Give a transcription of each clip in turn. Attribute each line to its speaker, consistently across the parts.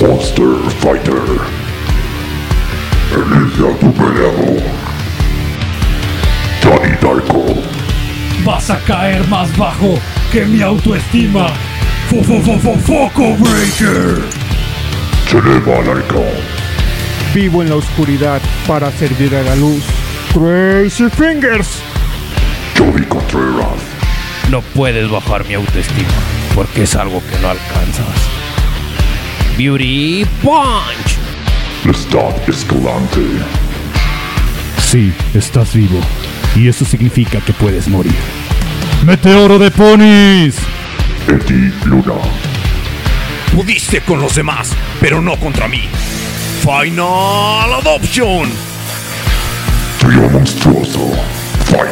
Speaker 1: Monster Fighter. Elige a tu peleador. Johnny Darko.
Speaker 2: Vas a caer más bajo que mi autoestima. Fo fo fo fo foco breaker.
Speaker 1: eh. Geneva Larko.
Speaker 3: Vivo en la oscuridad para servir a la luz. Crazy Fingers.
Speaker 1: Johnny Contreras.
Speaker 4: No puedes bajar mi autoestima porque es algo que no alcanzas. Beauty Punch.
Speaker 1: Lestat Escalante.
Speaker 5: Sí, estás vivo. Y eso significa que puedes morir.
Speaker 3: Meteoro de ponis.
Speaker 1: Eddie Luna.
Speaker 4: Pudiste con los demás, pero no contra mí. Final Adoption.
Speaker 1: Trío Monstruoso. Fight.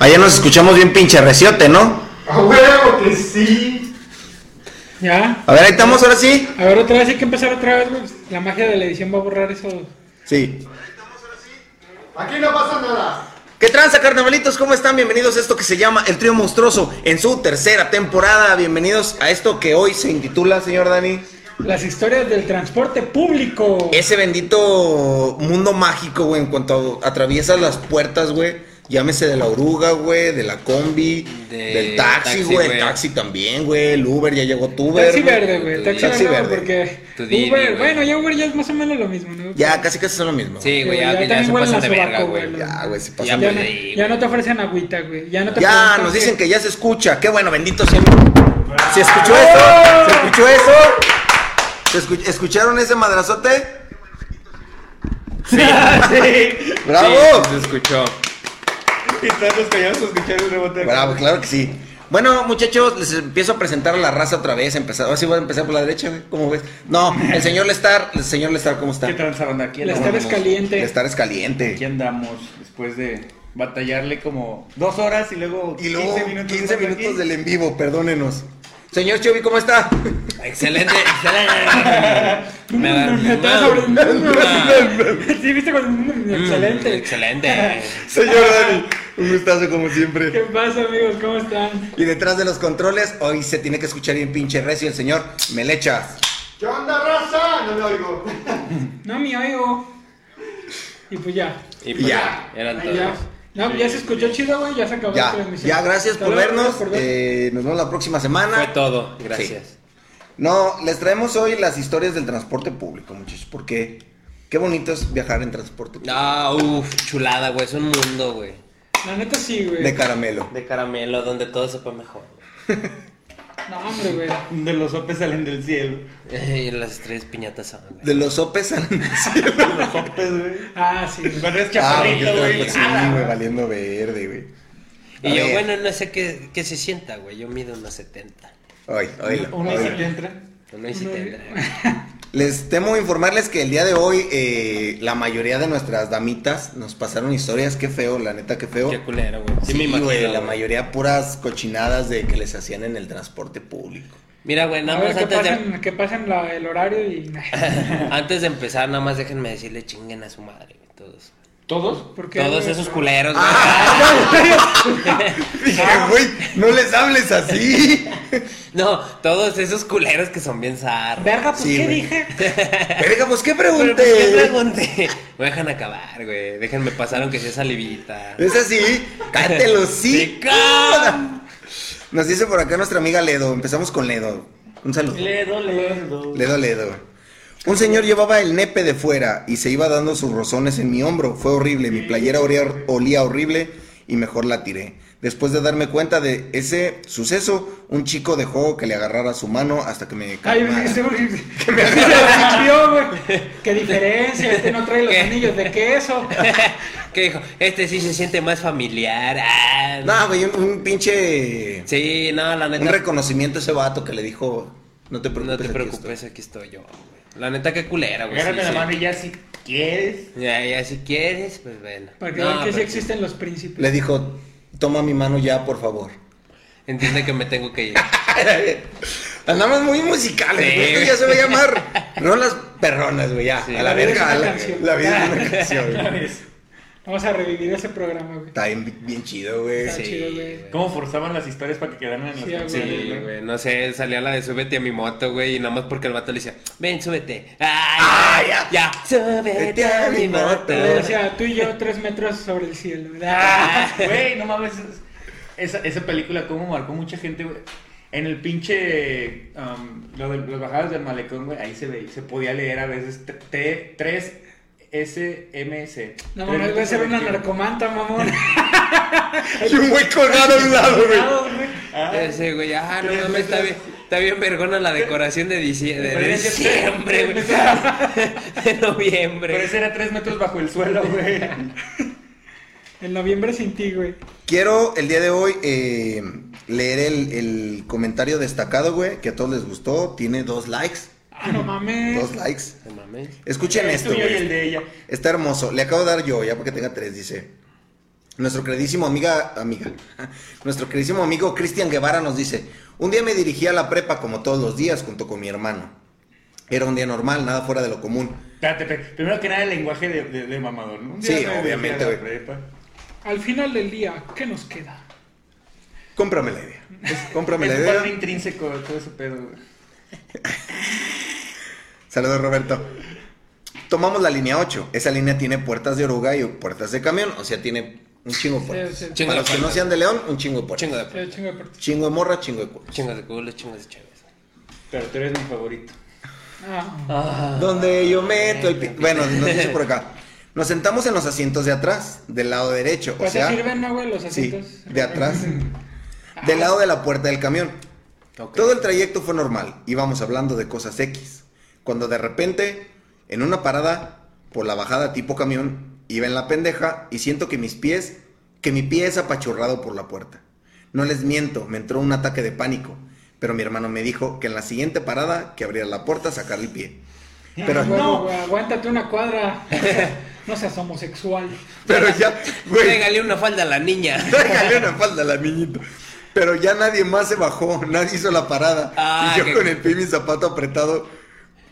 Speaker 6: Allá nos escuchamos bien pinche reciote, ¿no?
Speaker 7: ¡A huevo que sí!
Speaker 8: Ya,
Speaker 6: A ver, ahí estamos ahora sí.
Speaker 8: a ver, otra vez hay que empezar otra vez, güey. La magia de la edición va a borrar eso.
Speaker 6: Sí.
Speaker 7: Aquí no pasa nada.
Speaker 6: ¿Qué tranza, carnavalitos? ¿Cómo están? Bienvenidos a esto que se llama El Trío Monstruoso en su tercera temporada. Bienvenidos a esto que hoy se intitula, señor Dani.
Speaker 8: Las historias del transporte público.
Speaker 6: Ese bendito mundo mágico, güey, en cuanto atraviesas las puertas, güey. Llámese de la oruga, güey, de la combi, del taxi, güey, el taxi también, güey, el Uber, ya llegó tu Uber.
Speaker 8: Taxi
Speaker 6: güey.
Speaker 8: verde, güey. Taxi,
Speaker 6: Taxi
Speaker 8: verde.
Speaker 6: verde.
Speaker 9: Tu
Speaker 8: Porque
Speaker 9: Didi,
Speaker 8: Uber,
Speaker 9: güey.
Speaker 8: bueno, ya Uber ya es más o menos lo mismo, ¿no?
Speaker 6: Ya casi casi son lo mismo.
Speaker 9: Sí, güey, ya,
Speaker 8: Ya
Speaker 9: ya,
Speaker 8: también
Speaker 9: se
Speaker 8: huelen a
Speaker 9: pasan de verga,
Speaker 8: sobaco,
Speaker 9: güey.
Speaker 8: güey.
Speaker 6: Ya, güey, se
Speaker 9: Ya,
Speaker 6: pasan.
Speaker 8: Ya,
Speaker 9: pues,
Speaker 8: no,
Speaker 9: ahí,
Speaker 8: ya no te ofrecen agüita, güey. Ya no te
Speaker 6: Ya,
Speaker 8: preguntan
Speaker 6: nos
Speaker 8: qué-
Speaker 6: dicen que ya se escucha. Qué bueno, bendito sea. ¿Se escuchó eso? ¿Se escuchó eso? ¿Se escu- ¿Escucharon ese madrazote?
Speaker 9: sí.
Speaker 6: ¡Bravo!
Speaker 9: Sí, se escuchó.
Speaker 7: Y todos los callados escucharon rebote.
Speaker 6: Bravo, claro que sí. Bueno, muchachos, les empiezo a presentar a la raza otra vez. Empezar, ahora sí voy a empezar por la derecha, güey. ¿Cómo ves? No, el señor Lestar, el señor Lestar, ¿cómo está?
Speaker 7: ¿Qué transaron aquí?
Speaker 8: La estar
Speaker 7: andamos.
Speaker 8: es caliente.
Speaker 6: Lestar es caliente.
Speaker 7: Aquí andamos después de batallarle como dos horas y luego
Speaker 6: Y luego 15 minutos,
Speaker 7: más aquí.
Speaker 6: del en vivo, perdónenos. Señor Chovy, ¿cómo está?
Speaker 9: Excelente, excelente. Me da-
Speaker 8: Te vas a abrir-
Speaker 9: Ah,
Speaker 8: Sí, viste con. Excelente.
Speaker 9: Mm, Excelente.
Speaker 6: Señor Dani, un gustazo como siempre.
Speaker 8: ¿Qué pasa, amigos? ¿Cómo están?
Speaker 6: Y detrás de los controles, hoy se tiene que escuchar bien pinche recio el señor Melecha.
Speaker 7: ¿Qué onda, raza? No me oigo.
Speaker 8: No me oigo. Y pues ya.
Speaker 9: Y pues
Speaker 6: Ya.
Speaker 9: ya, eran
Speaker 8: Ahí ya.
Speaker 9: todos.
Speaker 8: No, ya se escuchó chido, güey. Ya se acabó la
Speaker 6: Ya,
Speaker 8: transmisión.
Speaker 6: ya, gracias por
Speaker 8: Hasta luego,
Speaker 6: vernos.
Speaker 8: por ver-
Speaker 6: eh, nos vemos la próxima
Speaker 9: Fue
Speaker 6: semana.
Speaker 9: todo, gracias.
Speaker 6: No, les traemos hoy las historias del transporte público, muchachos, porque qué bonito es viajar en transporte público.
Speaker 9: Ah, uff, chulada, güey. Es un mundo, güey.
Speaker 8: La neta sí, güey.
Speaker 6: De caramelo.
Speaker 9: De caramelo, donde todo sepa mejor. güey.
Speaker 8: No, hombre, güey.
Speaker 7: De los sopes salen del cielo.
Speaker 9: Y las estrellas piñatas son, güey.
Speaker 6: De los sopes al...
Speaker 7: Los sopes, güey.
Speaker 8: Ah, sí. güey.
Speaker 7: Cuando eres
Speaker 6: Ah, porque
Speaker 7: chaparrito,
Speaker 6: está-
Speaker 7: güey.
Speaker 6: sí, güey, valiendo verde, güey.
Speaker 9: Y
Speaker 6: A
Speaker 9: yo,
Speaker 6: ver.
Speaker 9: bueno, no sé qué, qué se sienta, güey. Yo mido unos 70.
Speaker 6: Ay, oílo,
Speaker 7: Uno
Speaker 6: oílo.
Speaker 7: se te entra.
Speaker 9: Uno y 70. güey.
Speaker 6: Les temo informarles que el día de hoy eh, la mayoría de nuestras damitas nos pasaron historias, qué feo, la neta, qué feo.
Speaker 9: Qué culero, güey. Sí, me
Speaker 6: Sí,
Speaker 9: imagino.
Speaker 6: güey, la
Speaker 9: güey.
Speaker 6: mayoría puras cochinadas de que les hacían en el transporte público.
Speaker 9: Mira, güey,
Speaker 8: A
Speaker 9: nada
Speaker 8: ver,
Speaker 9: más
Speaker 8: que
Speaker 9: antes de,
Speaker 8: pasen, que pasen la- el horario y.
Speaker 9: Antes de empezar, nada más déjenme decirle chinguen a su madre, güey, todos.
Speaker 7: ¿Todos?
Speaker 8: ¿Por qué,
Speaker 9: Todos
Speaker 8: güey?
Speaker 9: esos culeros, güey.
Speaker 6: Dije, güey, no les hables así.
Speaker 9: No, todos esos culeros que son bien zarros.
Speaker 8: Verga, pues
Speaker 6: Sí,
Speaker 8: qué
Speaker 6: güey.
Speaker 8: dije.
Speaker 6: Verga, pues qué
Speaker 9: Pero, pues, ¿qué
Speaker 6: pregunté.
Speaker 9: pregunté? Me dejan acabar, güey. Déjenme pasar aunque sea salivita.
Speaker 6: Es así, cátelo, sí.
Speaker 9: Sí, cam.
Speaker 6: Nos dice por acá nuestra amiga Ledo. Empezamos con Ledo. Un saludo.
Speaker 7: Ledo, ledo.
Speaker 6: Ledo, Ledo. Un señor llevaba el nepe de fuera y se iba dando sus rozones en mi hombro. Fue horrible, mi playera olía, olía horrible y mejor la tiré. Después de darme cuenta de ese suceso, un chico dejó que le agarrara su mano hasta que me
Speaker 8: Ay,
Speaker 6: calmara.
Speaker 8: seguro que que me agarró la güey. Qué diferencia, este no trae los
Speaker 9: ¿Qué?
Speaker 8: anillos de queso.
Speaker 9: ¿Qué dijo? Este sí se siente más familiar. Ah,
Speaker 6: No, güey, un, un pinche...
Speaker 9: Sí, no, la
Speaker 6: Un
Speaker 9: neta.
Speaker 6: reconocimiento a ese vato que le dijo, no te
Speaker 9: No
Speaker 6: preocupes.
Speaker 9: te
Speaker 6: aquí
Speaker 9: preocupes, aquí estoy yo, güey. La neta, qué culera, güey.
Speaker 7: Agárrate
Speaker 9: sí,
Speaker 7: la
Speaker 9: sí.
Speaker 7: mano y ya si quieres.
Speaker 9: Ya, ya, si quieres, pues bueno.
Speaker 8: Para que
Speaker 9: No, pues,
Speaker 8: vean que sí
Speaker 9: pero-
Speaker 8: existen los
Speaker 6: estoy".
Speaker 8: príncipes.
Speaker 6: Le dijo, toma mi mano ya, por favor.
Speaker 9: Entiende que me tengo que ir.
Speaker 6: Andamos muy musicales,
Speaker 9: Sí,
Speaker 6: güey. Esto
Speaker 9: güey.
Speaker 6: ya se va a llamar rolas perronas, güey, ya.
Speaker 9: Sí.
Speaker 6: a la
Speaker 8: La vida es
Speaker 6: verga.
Speaker 8: una
Speaker 6: a la,
Speaker 8: canción.
Speaker 6: la vida es una canción. güey.
Speaker 8: Vamos a revivir ese programa, güey.
Speaker 6: Está bien, bien chido, güey.
Speaker 8: Está chido, güey.
Speaker 7: ¿Cómo forzaban las historias para que quedaran en las
Speaker 8: Sí, a
Speaker 7: canciones,
Speaker 8: huevo.
Speaker 9: Sí,
Speaker 7: güey?
Speaker 9: güey, no sé, salía la de súbete a mi moto, güey, y nada más porque el vato le decía, ven, súbete. ¡Ay,
Speaker 6: Ah,
Speaker 9: ya, ya! ¡Súbete a mi moto!
Speaker 8: Le decía, tú y yo tres metros sobre el cielo.
Speaker 7: Ah, Güey, no mames. es- Esa, esa película, cómo marcó mucha gente, güey. En el pinche. um, lo de las bajadas del malecón, güey. Ahí se ve, se podía leer a veces. t- t- 3 SMS.
Speaker 8: No,
Speaker 7: Tres
Speaker 8: mames, voy a
Speaker 7: metros
Speaker 8: ser una
Speaker 7: sobre el cielo.
Speaker 8: narcomanta, mamón.
Speaker 6: Y un güey colgado a un lado, güey.
Speaker 9: Ese güey, ah, no mames, está bien, está bien vergona la decoración de diciembre, de
Speaker 7: Pero ese-
Speaker 9: diciembre, güey. De
Speaker 7: Pero
Speaker 9: noviembre.
Speaker 7: ese era 3 metros bajo el suelo, güey.
Speaker 8: En noviembre sin ti, güey.
Speaker 6: Quiero el día de hoy eh, leer el, el comentario destacado, güey, que a todos les gustó. Tiene dos likes.
Speaker 8: Ah, no mames.
Speaker 6: Dos likes.
Speaker 9: No mames.
Speaker 6: Escuchen
Speaker 7: El
Speaker 6: esto,
Speaker 7: tuyo
Speaker 6: güey.
Speaker 7: y el de ella.
Speaker 6: Está hermoso. Le acabo de dar yo, ya porque tenga tres, dice. Nuestro queridísimo amiga, amiga, nuestro queridísimo amigo Cristian Guevara nos dice, un día me dirigí a la prepa como todos los días junto con mi hermano. Era un día normal, nada fuera de lo común.
Speaker 7: Espérate, pe- primero que nada el lenguaje de, de- de mamador, ¿no? Un
Speaker 6: Sí,
Speaker 7: día me
Speaker 6: obviamente,
Speaker 7: fui a la
Speaker 6: güey.
Speaker 7: prepa.
Speaker 8: Al final del día, ¿qué nos queda?
Speaker 6: Cómprame la idea. Cómprame la
Speaker 7: Es un valor
Speaker 6: idea.
Speaker 7: intrínseco de todo ese pedo, güey.
Speaker 6: Saludos Roberto. Tomamos la línea 8. Esa línea tiene puertas de oruga y puertas de camión. O sea, tiene un chingo de puertas.
Speaker 8: Sí, sí.
Speaker 9: Chingo
Speaker 6: Para
Speaker 9: de
Speaker 6: los que no
Speaker 9: puertas.
Speaker 6: sean de León, un chingo de puertas.
Speaker 9: Chingo de
Speaker 8: Ya, chingo de parte.
Speaker 6: Chingo de morra, chingo de culo.
Speaker 9: Chingos de culo, chingos de chaves.
Speaker 7: Pero tú eres mi favorito.
Speaker 8: Ah,
Speaker 6: Donde yo meto el pi- Bueno, nos dice por acá. Nos sentamos en los asientos de atrás, del lado derecho. O
Speaker 8: pues
Speaker 6: sea,
Speaker 8: se sirven, ¿no, güey? Los
Speaker 6: sí,
Speaker 8: asientos.
Speaker 6: de atrás. Del lado de la puerta del camión. Todo el trayecto fue normal. Íbamos hablando de cosas X. Cuando de repente, en una parada, por la bajada tipo camión, iba en la pendeja y siento que mis pies, que mi pie es apachurrado por la puerta. No les miento, me entró un ataque de pánico. Pero mi hermano me dijo que en la siguiente parada, que abriera la puerta, sacar el pie. Pero
Speaker 8: Pero no, Ah, güey, aguántate una cuadra. No seas homosexual.
Speaker 6: Pero ya, güey,
Speaker 9: Pégale una falda a la niña.
Speaker 6: tráigale una falda a la niñita. Pero ya nadie más se bajó, nadie hizo la parada.
Speaker 9: Ah,
Speaker 6: y yo
Speaker 9: qué-
Speaker 6: con el pie y mi zapato apretado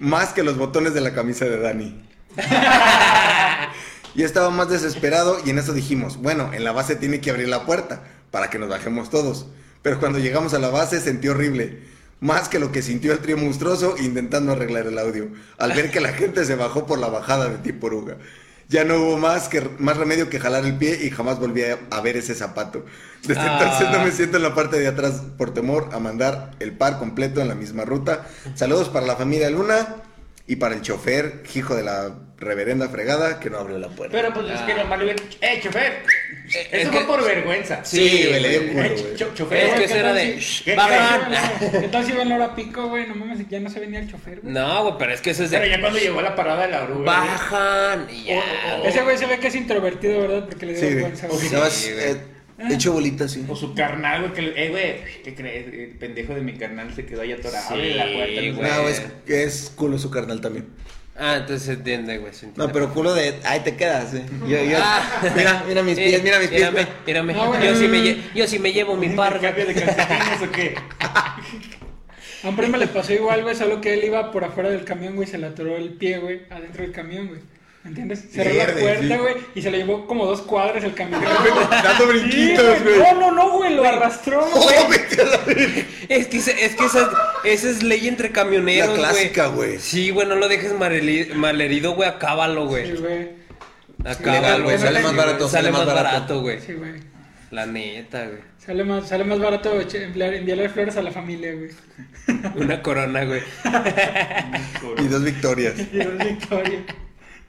Speaker 6: más que los botones de la camisa de Dani. y estaba más desesperado y en eso dijimos, bueno, en la base tiene que abrir la puerta para que nos bajemos todos. Pero cuando llegamos a la base sentí horrible. Más que lo que sintió el trío monstruoso intentando arreglar el audio, al ver que la gente se bajó por la bajada de tipo oruga. Ya no hubo más, que, más remedio que jalar el pie y jamás volví a, a ver ese zapato. Desde entonces no me siento en la parte de atrás por temor a mandar el par completo en la misma ruta. Saludos para la familia Luna y para el chofer, hijo de la reverenda fregada, que no abrió la puerta.
Speaker 7: Pero pues es que nomás le hubiera dicho, ¡eh, chofer!
Speaker 9: es
Speaker 7: Eso
Speaker 9: que-
Speaker 7: fue por vergüenza.
Speaker 9: Sí,
Speaker 6: güey, le dio culo,
Speaker 7: Eh,
Speaker 6: güey.
Speaker 7: cho- chofer,
Speaker 9: Es que
Speaker 7: güey,
Speaker 9: eso era de.
Speaker 7: ¿Qué-
Speaker 9: "Shh,
Speaker 7: qué-
Speaker 6: Ah,
Speaker 9: ¡Vagón!
Speaker 8: ¿Qué tal si iba en la hora pico, güey? No mames, ya no se venía el chofer, güey.
Speaker 9: No, güey, pero es que eso es
Speaker 7: Pero
Speaker 9: de.
Speaker 7: ya cuando llegó a la parada de la oruga.
Speaker 9: Bajan y ya.
Speaker 6: Oh,
Speaker 9: güey.
Speaker 8: Ese güey se ve que es introvertido, ¿verdad? Porque le dio
Speaker 6: Sí,
Speaker 8: vergüenza, güey.
Speaker 6: no, es, eh, hecho bolitas, sí.
Speaker 7: güey, O su carnal, güey, que le- eh, güey, ¿qué crees? El pendejo de mi carnal se quedó ahí atorado
Speaker 9: Sí,
Speaker 7: en la puerta. no sé.
Speaker 9: güey.
Speaker 6: No, es, es culo su carnal también.
Speaker 9: Ah, entonces se entiende, güey. se entiende.
Speaker 6: oh. No, pero culo de... Ahí te quedas, eh. Yo- yo-
Speaker 9: Ah.
Speaker 6: Mira, mira mis pies,
Speaker 9: Eh,
Speaker 6: mira mis pies.
Speaker 9: Mírame, mírame.
Speaker 8: No, güey.
Speaker 9: yo, sí me lle- yo sí me llevo mi par, güey.
Speaker 7: ¿Cambio de calcetines o qué?
Speaker 8: A un primo le pasó igual, güey, solo que él iba por afuera del camión, güey, se le atoró el pie, güey, adentro del camión, güey. ¿Me entiendes? Cerró
Speaker 6: Verde,
Speaker 8: la puerta,
Speaker 6: sí.
Speaker 8: güey, y se lo llevó como dos cuadras el camión.
Speaker 6: Dando brinquitos,
Speaker 8: Sí,
Speaker 6: güey.
Speaker 8: No, no, no, güey, lo arrastró, güey.
Speaker 6: Oh, vete a la verga.
Speaker 9: Es que, esa- es que esa, esa es ley entre camioneros,
Speaker 6: La
Speaker 9: güey.
Speaker 6: clásica, güey.
Speaker 9: Sí, güey, no lo dejes malheri- malherido, güey. Acábalo,
Speaker 8: Sí,
Speaker 9: güey.
Speaker 8: güey.
Speaker 9: Acábalo,
Speaker 6: güey, sale más barato,
Speaker 9: Sale,
Speaker 6: sale
Speaker 9: más
Speaker 6: más barato.
Speaker 9: barato, güey.
Speaker 8: Sí, güey.
Speaker 9: La neta, güey.
Speaker 8: Sale más, sale más barato güey, emplear- enviarle flores a la familia, güey.
Speaker 9: Una corona, güey.
Speaker 6: Y dos victorias.
Speaker 8: Y dos victoria.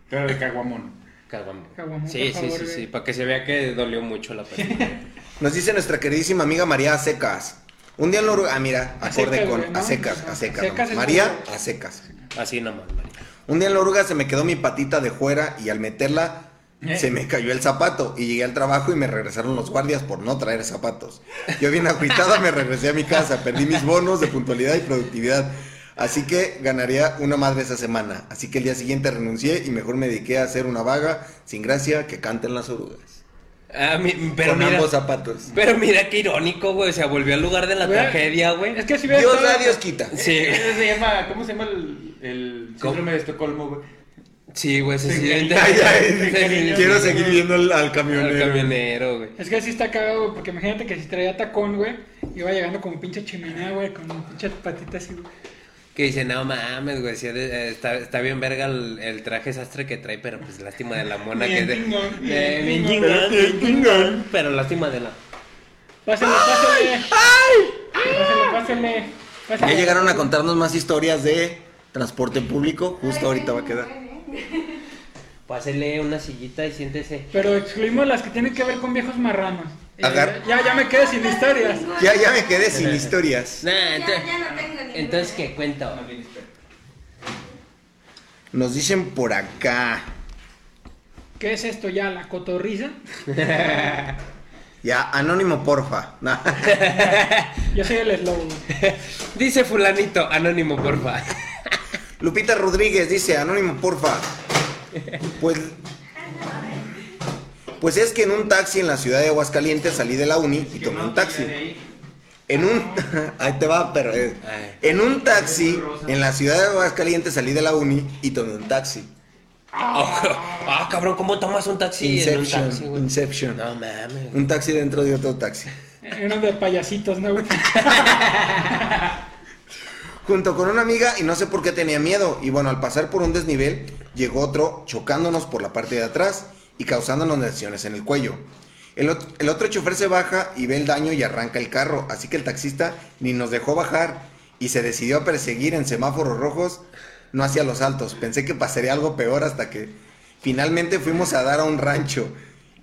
Speaker 7: Pero de caguamón.
Speaker 9: Caguamón.
Speaker 8: Caguamón,
Speaker 9: Sí,
Speaker 8: por
Speaker 9: sí,
Speaker 8: favor,
Speaker 9: sí, sí.
Speaker 8: güey.
Speaker 9: Para que se vea que dolió mucho la persona.
Speaker 6: Nos dice nuestra queridísima amiga María Acecas. Un día en la Uruguay. Ah, mira,
Speaker 8: A
Speaker 6: acorde
Speaker 8: secas,
Speaker 6: con
Speaker 8: güey, ¿no?
Speaker 6: Acecas,
Speaker 8: A
Speaker 6: Acecas.
Speaker 8: secas
Speaker 6: nomás.
Speaker 8: es
Speaker 6: María
Speaker 8: como-
Speaker 6: Acecas.
Speaker 9: Así nomás, María.
Speaker 6: Un día en la oruga se me quedó mi patita de fuera y al meterla se me cayó el zapato y llegué al trabajo y me regresaron los guardias por no traer zapatos. Yo bien agüitada me regresé a mi casa, perdí mis bonos de puntualidad y productividad. Así que ganaría una madre esa semana. Así que el día siguiente renuncié y mejor me dediqué a hacer una vaga sin gracia que canten las orugas.
Speaker 9: Ah, mi- pero
Speaker 6: Con
Speaker 9: mira.
Speaker 6: ambos zapatos.
Speaker 9: Pero mira qué irónico, güey. O sea, volvió al lugar de la
Speaker 8: Güey,
Speaker 9: tragedia, güey.
Speaker 8: Es que si hubiera
Speaker 6: Dios
Speaker 8: estado-
Speaker 6: da, Dios quita.
Speaker 9: Sí.
Speaker 7: Eso se llama, ¿cómo se llama el, el
Speaker 9: ¿Cómo?
Speaker 7: síndrome de Estocolmo, güey?
Speaker 9: Sí, güey, se
Speaker 7: Sí,
Speaker 9: siente.
Speaker 7: cariño.
Speaker 9: se siente-
Speaker 6: Quiero seguir viendo al, al
Speaker 9: al
Speaker 6: camionero.
Speaker 9: camionero, güey.
Speaker 8: Es que sí está cagado, güey, porque imagínate que si traía tacón, güey, iba llegando como pinche chimenea, güey, con pinche patitas así, güey.
Speaker 9: Que dice, no mames, güey, sí, eh, está, está bien verga el, el traje sastre que trae, pero pues lástima de la mona que...
Speaker 8: Bien
Speaker 9: de-
Speaker 8: chingón,
Speaker 9: Eh,
Speaker 8: bien
Speaker 9: bien
Speaker 8: chingón,
Speaker 9: chingón,
Speaker 6: bien
Speaker 9: bien
Speaker 6: chingón.
Speaker 9: chingón, Pero lástima de la...
Speaker 8: Pásenle, pásenle. Pásenle, pásenle.
Speaker 6: Ya
Speaker 8: pásenle.
Speaker 6: llegaron a contarnos más historias de transporte público. Justo ahorita va a quedar.
Speaker 9: Pásele pues, una sillita y siéntese.
Speaker 8: Pero excluimos las que tienen que ver con viejos marranos. Y
Speaker 6: Agar-
Speaker 8: Ya, ya me quedé sin historias.
Speaker 6: Ya, ya me quedé sin historias.
Speaker 9: Nah,
Speaker 10: Ya,
Speaker 9: ento-
Speaker 10: ya no tengo ni
Speaker 9: entonces, ¿qué cuento?
Speaker 6: Nos dicen por acá.
Speaker 8: ¿Qué es esto ya? ¿La cotorriza?
Speaker 6: Ya, anónimo, porfa. No.
Speaker 8: Yo soy el eslobo. güey.
Speaker 9: Dice fulanito, anónimo, porfa.
Speaker 6: Lupita Rodríguez dice, anónimo, porfa. Pues, pues es que en un taxi en la ciudad de Aguascalientes salí de la uni y tomé un taxi. En un... Ahí te va, pero... eh,
Speaker 9: Ay.
Speaker 6: En un taxi en la ciudad de Aguascalientes salí de la uni y tomé un taxi.
Speaker 9: Ah, cabrón, ¿cómo tomas un taxi en
Speaker 6: Inception,
Speaker 9: un taxi, güey?
Speaker 6: Inception.
Speaker 9: No mames. güey.
Speaker 6: Un taxi dentro de otro taxi.
Speaker 8: Era Eh, de payasitos, ¿no, güey?
Speaker 6: junto con una amiga y no sé por qué tenía miedo. Y bueno, al pasar por un desnivel, llegó otro chocándonos por la parte de atrás y causándonos lesiones en el cuello. El, ot- el otro chofer se baja y ve el daño y arranca el carro, así que el taxista ni nos dejó bajar y se decidió a perseguir en semáforos rojos, no hacia los altos. Pensé que pasaría algo peor hasta que finalmente fuimos a dar a un rancho.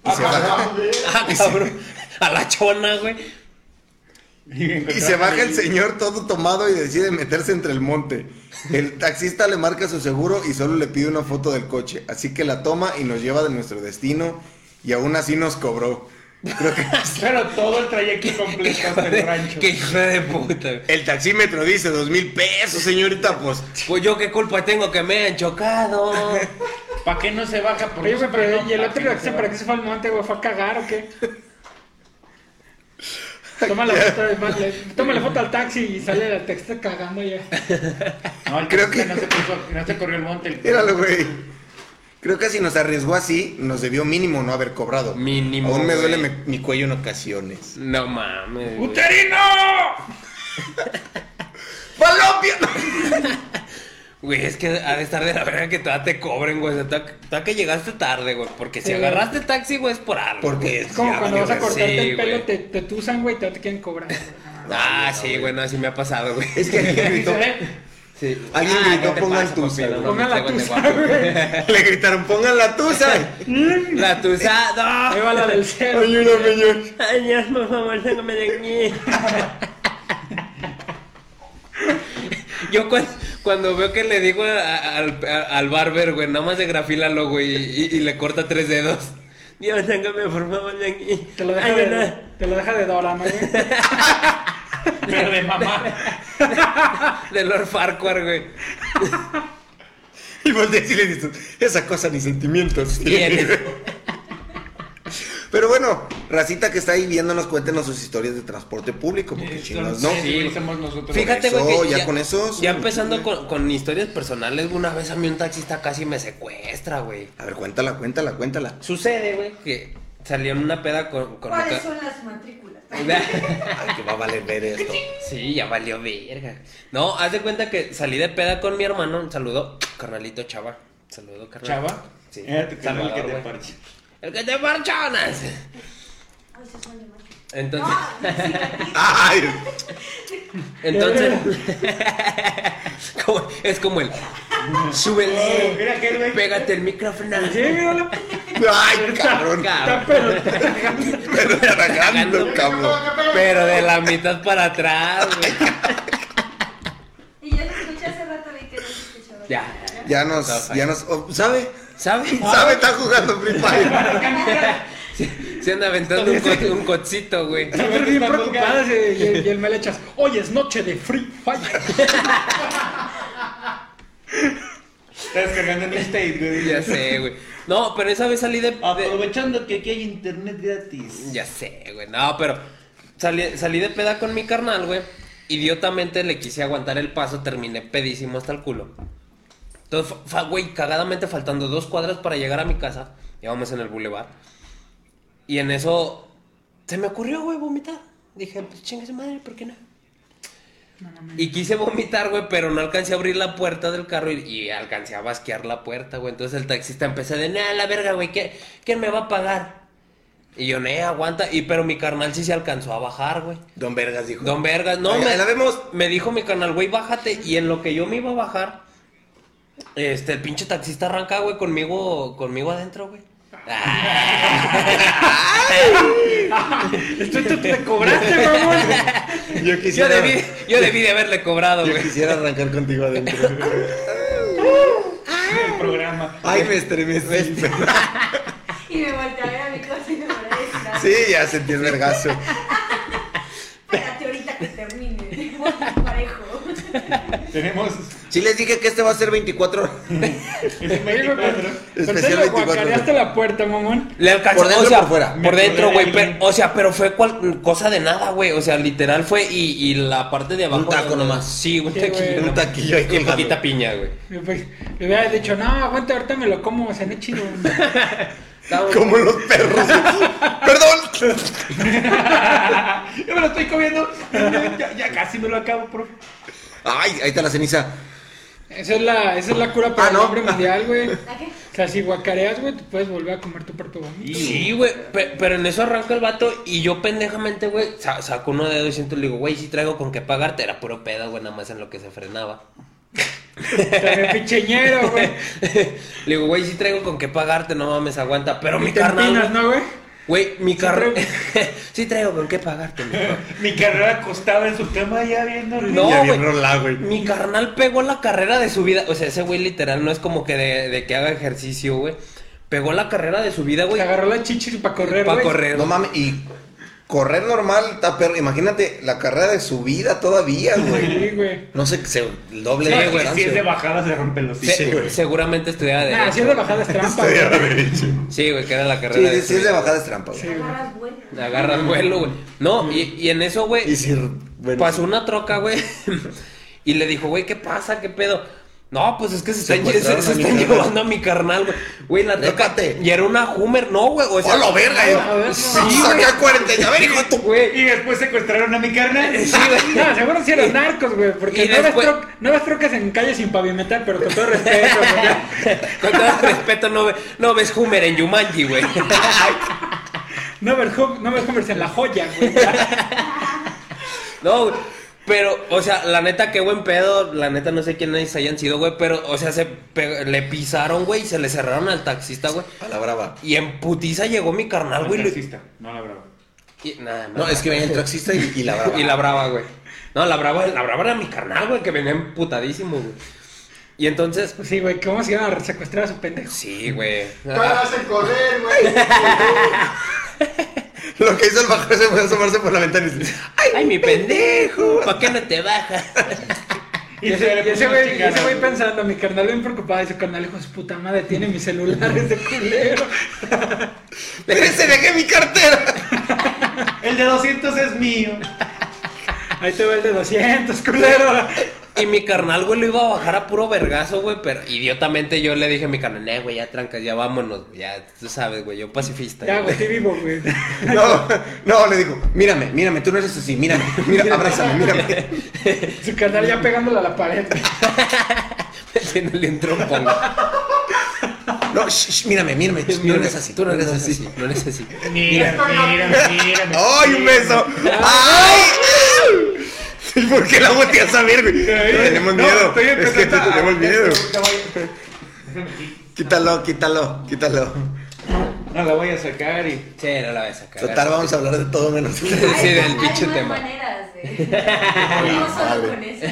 Speaker 6: Y se baja,
Speaker 9: Ah, cabrón. A la chona, güey.
Speaker 6: Y se baja el señor todo tomado y decide meterse entre el monte. El taxista le marca su seguro y solo le pide una foto del coche. Así que la toma y nos lleva de nuestro destino y aún así nos cobró. Creo que
Speaker 7: Pero todo el trayecto completo hasta el rancho.
Speaker 9: Qué hijo de puta, güey.
Speaker 6: el taxímetro dice dos mil pesos, señorita. Pues
Speaker 9: Pues yo qué culpa tengo que me hayan chocado.
Speaker 7: ¿Para qué no se baja?
Speaker 8: Oye,
Speaker 7: Porque
Speaker 8: güey, pero ¿y el otro taxi para qué se fue al monte, güey? ¿Fue a cagar o qué? Toma la foto, del man, le- toma la foto al taxi y sale la texta cagando ya.
Speaker 7: No, el
Speaker 6: Creo
Speaker 7: creo
Speaker 6: que-
Speaker 7: que no se, puso- no se corrió el monte. El...
Speaker 6: míralo, güey. Creo que si nos arriesgó así, nos debió mínimo no haber cobrado.
Speaker 9: Mínimo,
Speaker 6: Aún me duele
Speaker 9: güey.
Speaker 6: mi- mi cuello en ocasiones.
Speaker 9: No mames. güey.
Speaker 7: ¡Uterino!
Speaker 6: ¡Palopia!
Speaker 9: Güey, es que ha de estar de la verga que todavía te cobren, güey. O sea, todavía todavía que llegaste tarde, güey. Porque si
Speaker 8: Sí, güey.
Speaker 9: agarraste taxi, güey, es por algo.
Speaker 6: Porque
Speaker 9: güey.
Speaker 6: es
Speaker 8: Es como
Speaker 6: Ya,
Speaker 8: cuando vas a
Speaker 6: güey,
Speaker 8: cortarte
Speaker 9: sí,
Speaker 8: el pelo,
Speaker 9: güey.
Speaker 8: te, te tusan, güey, y te te quieren cobrar.
Speaker 9: Ah, sí, güey, no, así me ha pasado, güey.
Speaker 6: Es que alguien
Speaker 7: ¿Sí
Speaker 6: gritó,
Speaker 7: se ve?
Speaker 9: Sí.
Speaker 6: Alguien
Speaker 9: Ah,
Speaker 6: gritó,
Speaker 9: ¿qué te
Speaker 6: "Pongan
Speaker 9: pasa,
Speaker 6: tusa",
Speaker 9: papi?
Speaker 6: güey.
Speaker 9: No,
Speaker 8: Pongan la
Speaker 9: mames,
Speaker 8: tusa,
Speaker 9: guapo.
Speaker 8: güey.
Speaker 6: le gritaron, pongan la tusa.
Speaker 9: La tusa, no.
Speaker 8: Ahí va la del cero.
Speaker 6: Ayúdame, señor.
Speaker 9: Ay, Dios, por favor, no me dañé. Yo cuan- cuando, veo que le digo a- a- al, a- al barber, güey, nada más de grafílalo, güey, y, y- y le corta tres dedos. Dios, sácame, por favor, de aquí.
Speaker 8: Te lo deja
Speaker 9: Ay,
Speaker 8: de,
Speaker 9: no.
Speaker 8: te lo deja de Dora, ¿no, güey?
Speaker 7: Pero de mamá.
Speaker 9: De Lord Farquhar, güey.
Speaker 6: Y vos decirle dices, esa cosa ni sentimientos.
Speaker 9: Tienes.
Speaker 6: Pero bueno, racita que está ahí viéndonos, cuéntenos sus historias de transporte público, porque chingados, ¿no?
Speaker 7: Entonces, güey, somos nosotros.
Speaker 9: Fíjate,
Speaker 6: eso,
Speaker 9: güey, que
Speaker 6: Oh, ya con eso, sí,
Speaker 9: Ya
Speaker 6: güey.
Speaker 9: empezando con, con historias personales, güey, una vez a mí un taxista casi me secuestra, güey.
Speaker 6: A ver, cuéntala, cuéntala, cuéntala.
Speaker 9: Sucede, güey, que salió en una peda con... con
Speaker 10: ¿Cuáles son las matrículas?
Speaker 9: Pues
Speaker 6: Ay, que va a valer ver esto.
Speaker 9: Sí, ya valió verga. No, haz de cuenta que salí de peda con mi hermano. Un saludo, carnalito Chava. Saludo, carnal.
Speaker 7: Chava.
Speaker 9: Sí.
Speaker 7: Era tu canal
Speaker 9: Salvador,
Speaker 7: que te
Speaker 9: güey.
Speaker 7: parche.
Speaker 9: El que te parchonas.
Speaker 10: Ay, se suena mal.
Speaker 9: Entonces,
Speaker 6: Ay,
Speaker 9: entonces. como- es como el. Súbele.
Speaker 7: Mira que güey.
Speaker 9: Pégate el micrófono.
Speaker 6: ay, cabrón.
Speaker 9: Cabrón.
Speaker 6: Pero tragando, cabrón.
Speaker 9: Pero de la mitad para atrás, güey.
Speaker 10: Y yo lo escuché hace rato de que no se escuchaba.
Speaker 9: Ya.
Speaker 6: Ya nos, ya nos, oh, ¿sabe?
Speaker 9: ¿Sabes?
Speaker 6: ¿Sabe? Está jugando Free Fire.
Speaker 9: Se anda aventando un, co- un cocito, güey.
Speaker 8: Están bien preocupadas y, y- y el me le echas, hoy es noche de Free Fire.
Speaker 7: Está descargando en State, güey.
Speaker 9: Ya sé, güey. No, pero esa vez salí de- de
Speaker 7: Aprovechando que aquí hay internet gratis.
Speaker 9: Ya sé, güey. No, pero salí, salí de peda con mi carnal, güey. Idiotamente le quise aguantar el paso, terminé pedísimo hasta el culo. Entonces, fa- fa- güey, cagadamente faltando dos cuadras para llegar a mi casa. Llevamos en el bulevar. Y en eso se me ocurrió, güey, vomitar. Dije, pues chinga su madre, ¿por qué no? Y quise vomitar, güey, pero no alcancé a abrir la puerta del carro y, y alcancé a basquear la puerta, güey. Entonces el taxista empezó de, nah, la verga, güey, ¿quién, ¿quién me va a pagar? Y yo, nee, aguanta. Y pero mi carnal sí se alcanzó a bajar, güey.
Speaker 6: Don Vergas dijo.
Speaker 9: Don Vergas, no,
Speaker 6: Ahí-
Speaker 9: me,
Speaker 6: ahí la vemos.
Speaker 9: me dijo mi canal, güey, bájate. Y en lo que yo me iba a bajar, este, el pinche taxista arranca, güey, conmigo, conmigo adentro, güey. Ah,
Speaker 7: Esto te, te cobraste, mamón.
Speaker 6: Yo
Speaker 9: Yo
Speaker 6: quisiera,
Speaker 9: debí, yo debí de haberle cobrado,
Speaker 6: yo
Speaker 9: güey.
Speaker 6: quisiera arrancar contigo adentro.
Speaker 7: El programa.
Speaker 6: Ay, me estremecí.
Speaker 10: Y me volteé a ver a mi cosa y me volví a decir,
Speaker 6: Sí, ya sentí el vergazo.
Speaker 10: espérate ahorita que termine. Parejo.
Speaker 7: Tenemos.
Speaker 6: Sí les dije que este va a ser 24 horas.
Speaker 7: Es un 24.
Speaker 6: Especial
Speaker 8: Especial
Speaker 6: 24.
Speaker 8: hasta la puerta, mamón.
Speaker 9: Le alcanzó,
Speaker 6: ¿Por dentro
Speaker 9: o sea,
Speaker 6: o por fuera?
Speaker 9: Por
Speaker 7: Me
Speaker 9: dentro,
Speaker 7: colé
Speaker 9: güey.
Speaker 7: ahí.
Speaker 9: pero- o sea, pero fue cual- cosa de nada, güey. O sea, literal fue y, y la parte de abajo.
Speaker 6: Un taco
Speaker 9: donde-
Speaker 6: nomás.
Speaker 9: Sí, güey,
Speaker 8: Sí,
Speaker 9: un
Speaker 8: güey.
Speaker 9: taquillo.
Speaker 8: Un
Speaker 9: nomás.
Speaker 6: taquillo ahí
Speaker 9: Y
Speaker 6: colgado.
Speaker 9: poquita piña, güey.
Speaker 8: Y pues, Le hubiera dicho, no, aguanta, ahorita me lo como, o sea, no es chido.
Speaker 9: Estaba-
Speaker 6: Como los perros. Perdón.
Speaker 7: Yo me lo estoy comiendo. Ya, ya casi me lo acabo, profe.
Speaker 6: Ay, ahí está la ceniza.
Speaker 8: Esa es la, esa es la cura para
Speaker 6: Ah, ¿no?
Speaker 8: el hambre mundial, güey.
Speaker 10: ¿A qué?
Speaker 8: O sea, si guacareas, güey, te puedes volver a comer tu propio vomito.
Speaker 9: Sí, güey, pe- pero en eso arranca el vato y yo pendejamente, güey, sa- saco uno de 200 y le digo, güey, si traigo con qué pagarte, era puro pedo, güey, nada más en lo que se frenaba.
Speaker 8: También picheñero, güey.
Speaker 9: Le digo, güey, si traigo con qué pagarte, no mames, aguanta, pero mi
Speaker 8: Te empinas,
Speaker 9: carnal,
Speaker 8: ¿no, güey?
Speaker 9: güey, mi carnal,
Speaker 8: traigo-
Speaker 9: sí traigo con qué pagarte, mi carnal.
Speaker 7: Mi carrera acostada en su cama ya viendo.
Speaker 9: No,
Speaker 6: Ya
Speaker 9: güey.
Speaker 6: bien rolado, güey.
Speaker 9: Mi carnal pegó la carrera de su vida. O sea, ese güey literal no es como que de, de que haga ejercicio, güey. Pegó la carrera de su vida, güey.
Speaker 8: Se agarró las chichis para correr,
Speaker 9: Para
Speaker 8: güey.
Speaker 9: correr.
Speaker 6: No mames, y correr normal está perro. Imagínate la carrera de su vida todavía,
Speaker 8: Sí,
Speaker 6: güey.
Speaker 9: Eh,
Speaker 8: güey.
Speaker 6: No sé, se, el doble
Speaker 9: Sí,
Speaker 6: de
Speaker 9: güey,
Speaker 7: Si
Speaker 6: distancia.
Speaker 7: es de bajada, se rompen los
Speaker 9: Se-
Speaker 7: hijos.
Speaker 6: güey.
Speaker 9: seguramente estudiaba de.
Speaker 8: Nah, si es de bajada es trampa, güey.
Speaker 9: Sí, güey, que era la
Speaker 6: Sí,
Speaker 9: carrera
Speaker 6: sí,
Speaker 9: de su
Speaker 6: sí es de
Speaker 9: vida.
Speaker 6: bajada es trampa, güey.
Speaker 10: Agarras vuelo.
Speaker 9: Agarras vuelo, güey. No, y, y en eso, güey.
Speaker 6: Y si, bueno,
Speaker 9: pasó una troca, güey. y le dijo, güey, ¿qué pasa? ¿Qué pedo? No, pues es que se están, se-
Speaker 6: Secuestraron
Speaker 9: se
Speaker 6: a mi
Speaker 9: están
Speaker 6: carnal.
Speaker 9: llevando a mi carnal, güey. Güey, la troca.
Speaker 6: Répate.
Speaker 9: Y era una Hummer, no, güey. O sea,
Speaker 6: ¡Hola, verga!
Speaker 8: A ver,
Speaker 6: eh!
Speaker 8: no.
Speaker 6: ¡Saqué a 40! ¡A ver, hijo de tu...
Speaker 9: güey.
Speaker 7: Y después secuestraron a mi carnal.
Speaker 9: Sí, güey.
Speaker 8: No, seguro si eran narcos, güey, porque
Speaker 9: Y
Speaker 8: no,
Speaker 9: después-
Speaker 8: las tro- no las trocas en calle sin pavimentar, pero con todo respeto, güey.
Speaker 9: Con todo respeto, no, ve- no ves Hummer en Yumanji, güey.
Speaker 8: No me no me comerse en la joya, güey.
Speaker 9: No, güey. Pero, o sea, la neta, qué buen pedo. La neta, no sé quiénes hayan sido, güey. Pero, o sea, se pe- le pisaron, güey. Y se le cerraron al taxista, güey.
Speaker 6: A la brava.
Speaker 9: Y en putiza llegó mi carnal,
Speaker 7: No,
Speaker 9: güey.
Speaker 7: el
Speaker 9: lo-
Speaker 7: taxista, no la brava.
Speaker 9: Y, nada,
Speaker 6: No, es que venía el taxista y, y la brava.
Speaker 9: Y la brava, güey. No, la brava, la brava era mi carnal, güey, que venía emputadísimo, güey. Y entonces,
Speaker 8: Pues sí, güey, ¿cómo se iban a secuestrar a su pendejo?
Speaker 9: sí, güey.
Speaker 6: Lo que hizo el bajo se fue a asomarse por la ventana y dice,
Speaker 9: Ay, mi pendejo. ¿Para qué no te bajas?
Speaker 8: Y
Speaker 7: se
Speaker 8: ese,
Speaker 7: le
Speaker 8: y ese
Speaker 7: puso
Speaker 8: güey,
Speaker 7: chingada,
Speaker 8: ese güey
Speaker 7: güey.
Speaker 8: pensando, mi carnal bien preocupado, y su carnal dijo, su puta madre, tiene mi celular, ese culero.
Speaker 6: ¡Espérense, dejé mi cartera!
Speaker 7: El de 200 es mío.
Speaker 8: Ahí te va el de 200, culero.
Speaker 9: Y mi carnal, güey, lo iba a bajar a puro vergazo, güey, pero idiotamente yo le dije a mi carnal, eh, güey, ya trancas, ya vámonos, güey, ya, tú sabes, güey, yo pacifista.
Speaker 8: Ya, güey,
Speaker 9: güey.
Speaker 8: estoy vivo, güey.
Speaker 6: No, no, le digo, mírame, mírame, tú no eres así, mírame, mírame, abrázame, mírame.
Speaker 8: Su carnal ya pegándola a la pared. güey.
Speaker 9: Metiéndole un trompón.
Speaker 6: No, shh, shh, mírame, mírame, shh, tú no eres así, tú no eres así.
Speaker 9: no eres así.
Speaker 7: Mira, mira, mira.
Speaker 6: ¡Ay, un beso! Ah, ¡Ay! ¿Y por qué la volteas a ver, güey? Tenemos
Speaker 7: no,
Speaker 6: miedo.
Speaker 7: estoy
Speaker 6: Es que te
Speaker 7: empezando a-
Speaker 6: tenemos miedo. Quítalo, quítalo, quítalo.
Speaker 7: No la voy a sacar y.
Speaker 9: Sí, no la voy a sacar.
Speaker 6: Total, vamos a hablar de todo menos.
Speaker 9: Sí, del
Speaker 10: Hay
Speaker 9: pinche
Speaker 10: más
Speaker 9: tema.
Speaker 10: maneras de. No solo con eso.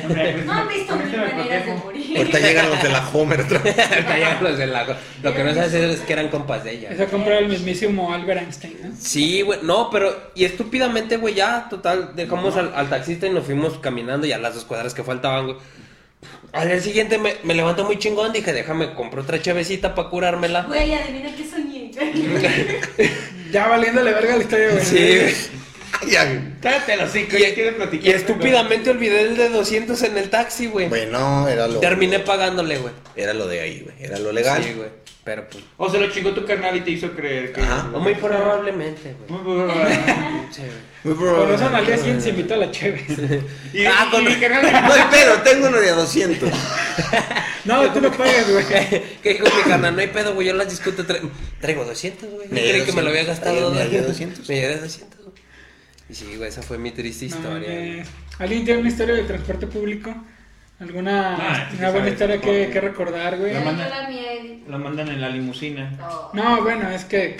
Speaker 10: No han visto
Speaker 7: pues, Con
Speaker 10: mil
Speaker 7: eso me
Speaker 10: maneras de
Speaker 7: protejo.
Speaker 10: morir.
Speaker 6: Ahorita llegan los de la Homer otra vez.
Speaker 9: Ahorita llegan los del lago. Lo que no sabes es que eran compas de ella.
Speaker 8: Eso compró el mismísimo Albert Einstein, ¿no?
Speaker 9: Sí, güey, no, pero, y estúpidamente, güey, ya, total, dejamos al, al taxista y nos fuimos caminando y a las dos cuadras que faltaban, güey. Al día siguiente me, me levanto muy chingón, dije, déjame, compro otra chevecita para curármela.
Speaker 10: Güey, adivina qué soñé.
Speaker 8: Ya valiéndole verga la historia, güey.
Speaker 9: Sí, güey.
Speaker 6: Ya.
Speaker 7: Cállate los cinco,
Speaker 9: Y-
Speaker 7: ya quiero platicar.
Speaker 9: Y estúpidamente olvidé el de 200 en el taxi, güey.
Speaker 6: Bueno, era lo.
Speaker 9: Terminé pagándole, güey.
Speaker 6: Era lo de ahí, güey. Era lo legal.
Speaker 9: Sí, güey. Pero pues.
Speaker 7: O se lo chingó tu carnal y te hizo creer que.
Speaker 6: Ajá.
Speaker 9: Muy probablemente, güey.
Speaker 7: Muy probable.
Speaker 9: Sí, güey.
Speaker 6: Muy
Speaker 8: Por
Speaker 6: probable.
Speaker 8: eso al día siguiente se invitó a la chévere.
Speaker 7: Y,
Speaker 6: Ah, con-
Speaker 7: y mi carnal
Speaker 6: No hay pedo, tengo uno de 200.
Speaker 8: No, tú no pagas, güey.
Speaker 9: Que dijo mi carnal, no hay pedo, güey. Yo las discuto. tra- Traigo 200, güey. Yo
Speaker 6: Me dio
Speaker 9: creí que me lo había
Speaker 6: 200,
Speaker 9: gastado.
Speaker 6: me dio
Speaker 9: güey.
Speaker 6: 200.
Speaker 9: Me dio 200, güey. Y sí, güey, esa fue mi triste
Speaker 8: No,
Speaker 9: historia. güey.
Speaker 8: mames. ¿Alguien tiene una historia de transporte público?
Speaker 7: Ah,
Speaker 8: ¿Alguna
Speaker 7: sí,
Speaker 8: una buena
Speaker 7: sabes,
Speaker 8: historia que,
Speaker 7: transporte.
Speaker 8: que recordar, güey?
Speaker 7: La
Speaker 10: Yo
Speaker 7: manda-
Speaker 10: la mía, Eddie.
Speaker 7: Lo mandan en la limusina.
Speaker 10: No.
Speaker 8: No, bueno, es que.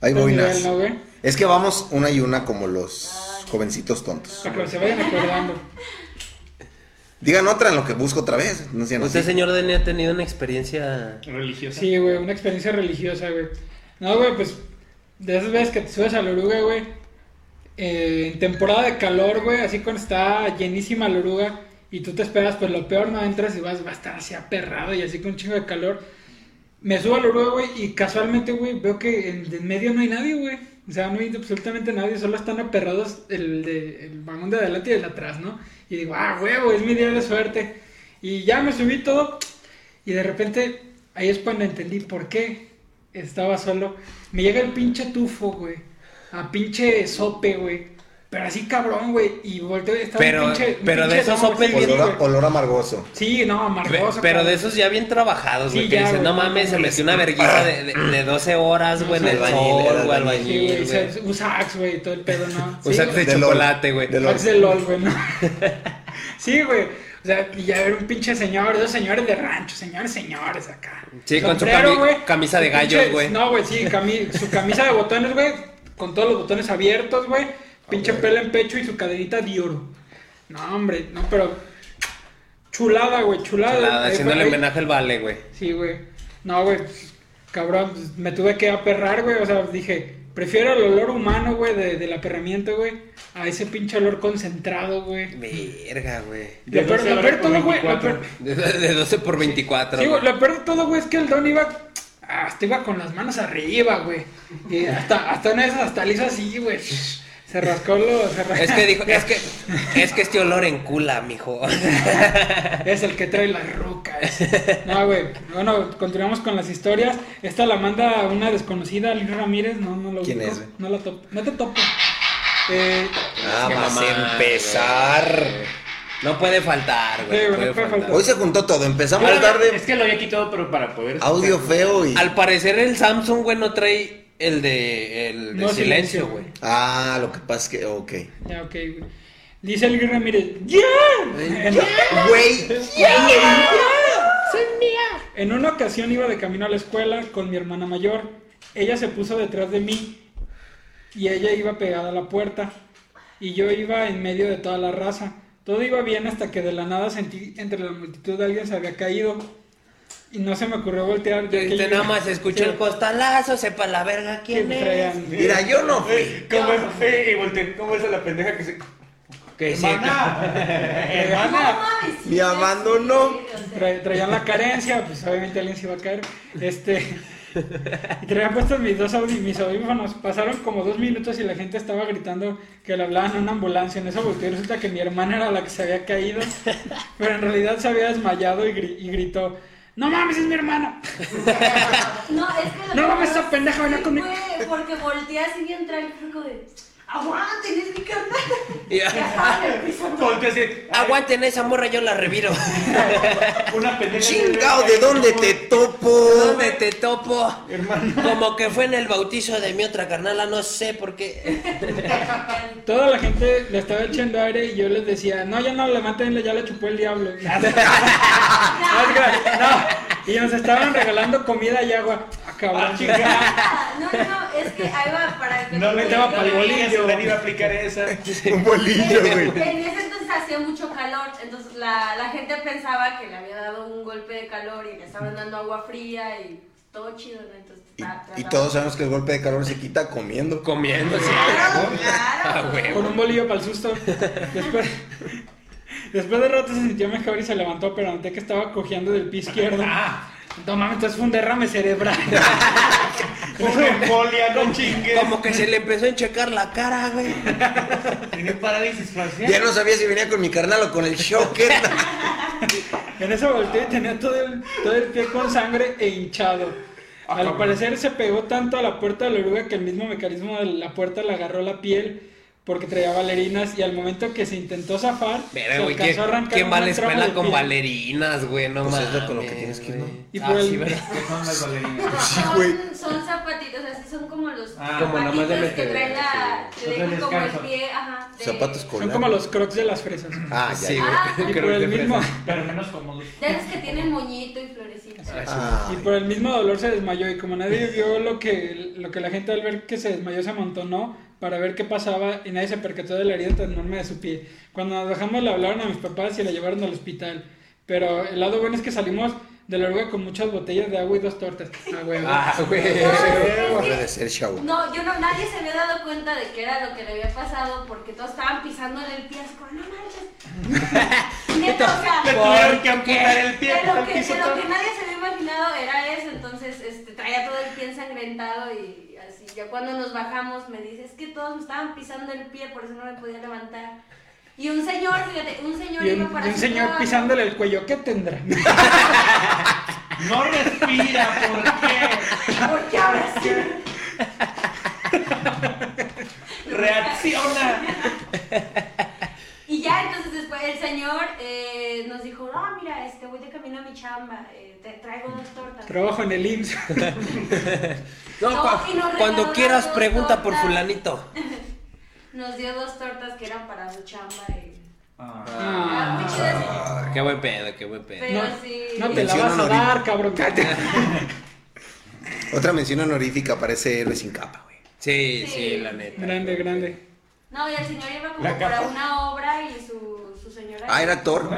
Speaker 6: Hay
Speaker 8: otro
Speaker 6: boinas.
Speaker 8: nivel, ¿no, güey?
Speaker 6: Es que vamos una y una como los jovencitos tontos.
Speaker 8: Para que se vayan acordando.
Speaker 6: Digan otra en lo que busco otra vez. No sean
Speaker 9: ¿Usted,
Speaker 6: así.
Speaker 9: señor Denny, ha tenido una experiencia
Speaker 7: Religiosa.
Speaker 8: Sí, güey, una experiencia religiosa, güey. No, güey, pues de esas veces que te subes a la oruga, güey. eh, en temporada de calor, güey, así cuando está llenísima la oruga y tú te esperas, pues lo peor no entras y vas, va a estar así aperrado y así con un chingo de calor. Me subo a la oruga, güey, y casualmente, güey, veo que en, en medio no hay nadie, güey. O sea, no hay absolutamente nadie, solo están aperrados el, de, el vagón de adelante y el de atrás, ¿no? Y digo, ah, huevo, es mi día de suerte. Y ya me subí todo, y de repente, ahí es cuando entendí por qué estaba solo. Me llega el pinche tufo, güey. A pinche sope, güey. Pero así cabrón, güey. Y volteo y estaba
Speaker 9: Pero-
Speaker 8: un pinche. un
Speaker 9: pero de
Speaker 8: pinche
Speaker 9: esos
Speaker 8: don,
Speaker 9: sopes
Speaker 8: güey.
Speaker 9: bien-
Speaker 6: Olor, a- olor amargoso.
Speaker 8: Sí, no,
Speaker 9: Pe-
Speaker 8: amargoso.
Speaker 9: Pero de
Speaker 8: cabrón.
Speaker 9: esos ya bien trabajados, güey.
Speaker 8: Sí,
Speaker 9: que
Speaker 8: ya,
Speaker 9: dicen, no
Speaker 8: güey,
Speaker 9: mames,
Speaker 8: no
Speaker 9: se
Speaker 8: mames.
Speaker 9: metió una vergüenza de, de, de 12 horas, güey, en el
Speaker 6: Albañil,
Speaker 9: sol, güey,
Speaker 6: albañil,
Speaker 8: Sí, güey,
Speaker 9: albañil, güey.
Speaker 8: se- usa Axe, güey, todo el pedo, ¿no? Sí,
Speaker 9: O sea,
Speaker 8: güey.
Speaker 9: de
Speaker 6: De
Speaker 9: chocolate,
Speaker 6: LOL.
Speaker 9: güey.
Speaker 6: De LOL.
Speaker 8: Axe de LOL, güey, ¿no? sí, güey. O sea, y ya era un pinche señor, dos señores de rancho, señores, señores acá.
Speaker 9: Sí, con su
Speaker 8: Sombrero,
Speaker 9: cami-
Speaker 8: güey,
Speaker 9: camisa de
Speaker 8: su
Speaker 9: gallos,
Speaker 8: pinche-
Speaker 9: güey.
Speaker 8: No, güey, sí, cami- su camisa de botones, güey, con todos los botones abiertos, güey. Pinche
Speaker 6: güey.
Speaker 8: pelo en pecho y su caderita de oro. No, hombre, no, pero. Chulada, güey, chulada.
Speaker 9: Nada,
Speaker 8: Ahí
Speaker 9: haciéndole
Speaker 8: fue- ahí-
Speaker 9: homenaje al vale, güey.
Speaker 8: Sí, güey. No, güey. pues, Cabrón, pues, me tuve que aperrar, güey. O sea, dije, prefiero el olor humano, güey, de, del aperramiento, güey, a ese pinche olor concentrado, güey.
Speaker 9: Verga, güey.
Speaker 8: Lo peor, lo peor de todo, güey. Lo peor,
Speaker 9: De, de 12 por 24.
Speaker 8: sí, güey,
Speaker 9: güey.
Speaker 8: lo peor de todo, güey, es que el don iba. Hasta iba con las manos arriba, güey. Y hasta, hasta una de esas, hasta le hizo así, güey. Se rascó lo. Se rascó.
Speaker 9: Es que dijo, es que, es que este olor encula, mijo.
Speaker 8: Ah, Es el que trae las rucas. No, güey. Bueno, continuamos con las historias. Esta la manda una desconocida, Luis Ramírez. No, no lo
Speaker 6: ¿Quién
Speaker 8: ubico.
Speaker 6: es, güey?
Speaker 8: No la topo. No te topo. Eh,
Speaker 6: Ah,
Speaker 9: Qué
Speaker 6: vas
Speaker 9: mamá,
Speaker 6: a empezar.
Speaker 9: No puede faltar, güey.
Speaker 8: Sí,
Speaker 9: no
Speaker 8: güey,
Speaker 9: puede
Speaker 8: no puede
Speaker 9: faltar.
Speaker 8: faltar.
Speaker 6: Hoy se juntó todo. Empezamos
Speaker 7: Yo- Es
Speaker 6: tarde.
Speaker 7: que lo había quitado, pero para poder.
Speaker 6: Audio feo y.
Speaker 9: Al parecer el Samsung, güey, no trae el de, el de
Speaker 8: No, silencio,
Speaker 9: silencio, güey.
Speaker 6: Ah, lo que pasa es que. Ok.
Speaker 8: ya, ok, güey. Dice Luis Ramírez. ¡Ya! En,
Speaker 6: Güey.
Speaker 8: en una ocasión iba de camino a la escuela con mi hermana mayor. Ella se puso detrás de mí y ella iba pegada a la puerta. Y yo iba en medio de toda la raza. Todo iba bien hasta que de la nada sentí entre la multitud alguien se había caído. Y no se me ocurrió voltear. ya que
Speaker 9: Este
Speaker 8: yo-
Speaker 9: nada más escucha
Speaker 8: Sí.
Speaker 9: el costalazo, sepa la verga
Speaker 8: que
Speaker 9: quién es.
Speaker 8: traían.
Speaker 6: Mira, yo no fui.
Speaker 7: ¿Cómo es? Eh, y volteé, ¿cómo es a la pendeja que se.
Speaker 9: Que sí,
Speaker 10: No
Speaker 7: Hermana.
Speaker 10: mames, sí,
Speaker 6: Me
Speaker 10: sí,
Speaker 6: abandonó.
Speaker 10: sí, o sea,
Speaker 8: Tra- traían la carencia, pues obviamente alguien se iba a caer. Este, y traían puestos mis dos audi- mis audífonos. Pasaron como dos minutos y la gente estaba gritando que le hablaban a una ambulancia. En eso volteé y resulta que mi hermana era la que se había caído, pero en realidad se había desmayado y, gri- y gritó: ¡No mames, es mi hermana!
Speaker 10: No, es que lo
Speaker 8: No
Speaker 10: que
Speaker 8: mames,
Speaker 10: pasa
Speaker 8: esa pendeja venía
Speaker 10: fue
Speaker 8: conmigo.
Speaker 10: Porque volteé así bien tranquilo de. ¡Aguanten, es mi carnal!
Speaker 9: Y-
Speaker 10: Ya saben, pues,
Speaker 7: Volteé así.
Speaker 9: Aguanten esa morra, yo la reviro.
Speaker 7: Una pendeja.
Speaker 6: Chingao, ¿de dónde te topo?
Speaker 9: ¿Dónde te topo? Como que fue en el bautizo de mi otra carnala, no sé por qué.
Speaker 8: Toda la gente le estaba echando aire y yo les decía: No, ya no, levantenle, ya la chupó el diablo.
Speaker 6: Ah,
Speaker 8: No, es que- no. Y nos estaban regalando comida y agua. Ah, cabrón.
Speaker 10: No, no, es que ahí va para que.
Speaker 7: No le
Speaker 8: estaba
Speaker 7: daba
Speaker 8: pa'l
Speaker 7: para el
Speaker 8: bolillo.
Speaker 7: bolillo. Dani iba a aplicar esa.
Speaker 6: Un bolillo, güey.
Speaker 10: En ese entonces hacía mucho calor, entonces la, la gente pensaba que le había dado un golpe de calor y le estaban dando agua fría y todo chido, ¿no? Entonces,
Speaker 6: Y,
Speaker 10: ta-
Speaker 6: y
Speaker 10: trataba-
Speaker 6: todos sabemos que el golpe de calor se quita comiendo.
Speaker 9: Comiendo, sí.
Speaker 10: Claro,
Speaker 6: Ah,
Speaker 10: claro.
Speaker 8: Eh, Con un bolillo para el susto. Después, después de rato se sintió mejor y se levantó, pero noté
Speaker 9: Ah.
Speaker 8: que estaba cojeando del pie izquierdo. No mames, entonces fue un derrame cerebral.
Speaker 7: Pobre Polia, no chingues.
Speaker 9: Como que se le empezó a enchecar la cara, güey.
Speaker 7: Tiene parálisis facial.
Speaker 6: Ya no sabía si venía con mi carnal o con el shocker.
Speaker 8: En esa volteé y tenía todo el, todo el pie con sangre e hinchado.
Speaker 9: Ah,
Speaker 8: Al parecer se pegó tanto a la puerta de la oruga que el mismo mecanismo de la puerta le agarró la piel porque traía valerinas y al momento que se intentó zafar,
Speaker 9: Mira,
Speaker 8: se
Speaker 9: güey, qué,
Speaker 8: alcanzó a arrancar
Speaker 9: qué
Speaker 8: un
Speaker 9: mala
Speaker 8: buen tramo
Speaker 9: escuela
Speaker 8: de
Speaker 9: con
Speaker 8: piel.
Speaker 9: valerinas, güey. No
Speaker 6: Pues
Speaker 9: mames.
Speaker 6: es lo con lo que tienes que ir, ¿no?
Speaker 9: güey.
Speaker 8: Y
Speaker 9: Ah,
Speaker 8: por el-
Speaker 9: sí, ¿verdad?
Speaker 7: ¿Qué son las bailarinas?
Speaker 6: güey.
Speaker 10: Son, son zapatitos, así son como los
Speaker 7: Ah,
Speaker 9: como nada más de
Speaker 10: zapatitos que
Speaker 9: meter,
Speaker 10: traen la.
Speaker 7: sí.
Speaker 10: que
Speaker 7: Los de
Speaker 10: dejan como el
Speaker 7: descanso.
Speaker 10: pie, ajá. de-
Speaker 6: Zapatos con
Speaker 8: Son como los crocs de las fresas.
Speaker 6: Ah, ya.
Speaker 9: Sí,
Speaker 6: ya.
Speaker 9: güey.
Speaker 10: Ah,
Speaker 9: Creo
Speaker 8: Y
Speaker 9: que
Speaker 8: por el
Speaker 9: te
Speaker 8: mismo,
Speaker 9: prestas.
Speaker 7: Pero menos cómodos.
Speaker 10: De esos que tienen moñito y florecitas.
Speaker 6: Ah,
Speaker 8: y por el mismo dolor se desmayó y como nadie vio lo que, lo que la gente al ver que se desmayó se amontonó para ver qué pasaba y nadie se percató de la herida tan enorme de su pie. Cuando nos dejamos le hablaron a mis papás y la llevaron al hospital. Pero el lado bueno es que salimos de la oruga con muchas botellas de agua y dos tortas. Ah, güey.
Speaker 9: Ah, güey.
Speaker 6: debe de ser Shaw.
Speaker 10: No, yo no, nadie se había dado cuenta de que era lo que le había pasado porque todos estaban pisándole el pie así como, no manches. Neta, o sea,
Speaker 7: Le tuvieron que amputar el pie
Speaker 10: de
Speaker 7: por
Speaker 10: lo
Speaker 7: el
Speaker 10: que,
Speaker 7: piso
Speaker 10: de lo que
Speaker 7: todo.
Speaker 10: nadie se había imaginado era eso, entonces este, traía todo el pie ensangrentado y así. Ya cuando nos bajamos me dice, es que todos me estaban pisando el pie, por eso no me podía levantar. Y un señor, fíjate, un señor
Speaker 8: Y
Speaker 10: iba
Speaker 8: un,
Speaker 10: para
Speaker 8: y un
Speaker 10: su
Speaker 8: señor
Speaker 10: trabajo.
Speaker 8: pisándole el cuello, ¿qué tendrá?
Speaker 7: No respira, ¿por
Speaker 10: ¿Por qué ahora sí?
Speaker 7: qué? Reacciona.
Speaker 10: Y ya entonces después el señor eh, nos dijo, no, mira, este voy de camino a mi chamba, eh, te traigo dos tortas.
Speaker 8: Trabajo en el IMSS.
Speaker 9: No,
Speaker 10: No,
Speaker 9: cua-
Speaker 10: y nos
Speaker 9: cuando
Speaker 10: regalaron
Speaker 9: quieras
Speaker 10: dos
Speaker 9: pregunta
Speaker 10: tortas.
Speaker 9: por fulanito.
Speaker 10: Nos dio dos tortas que eran para su chamba. Y...
Speaker 7: Ah,
Speaker 10: Ah,
Speaker 8: Ah.
Speaker 10: muy chidas.
Speaker 9: Qué buen pedo, qué buen pedo.
Speaker 10: Pero
Speaker 8: No,
Speaker 10: sí.
Speaker 8: no te la
Speaker 6: Mención
Speaker 8: vas a
Speaker 6: honorífica.
Speaker 8: dar, cabrón.
Speaker 6: Otra mención honorífica para ese héroe sin capa, güey.
Speaker 9: Sí, sí,
Speaker 10: Sí,
Speaker 9: la
Speaker 10: sí.
Speaker 9: neta.
Speaker 8: Grande, grande.
Speaker 10: No, y el señor iba como
Speaker 7: La
Speaker 10: para
Speaker 7: capa.
Speaker 10: una obra y su, su señora.
Speaker 6: Ah, era actor.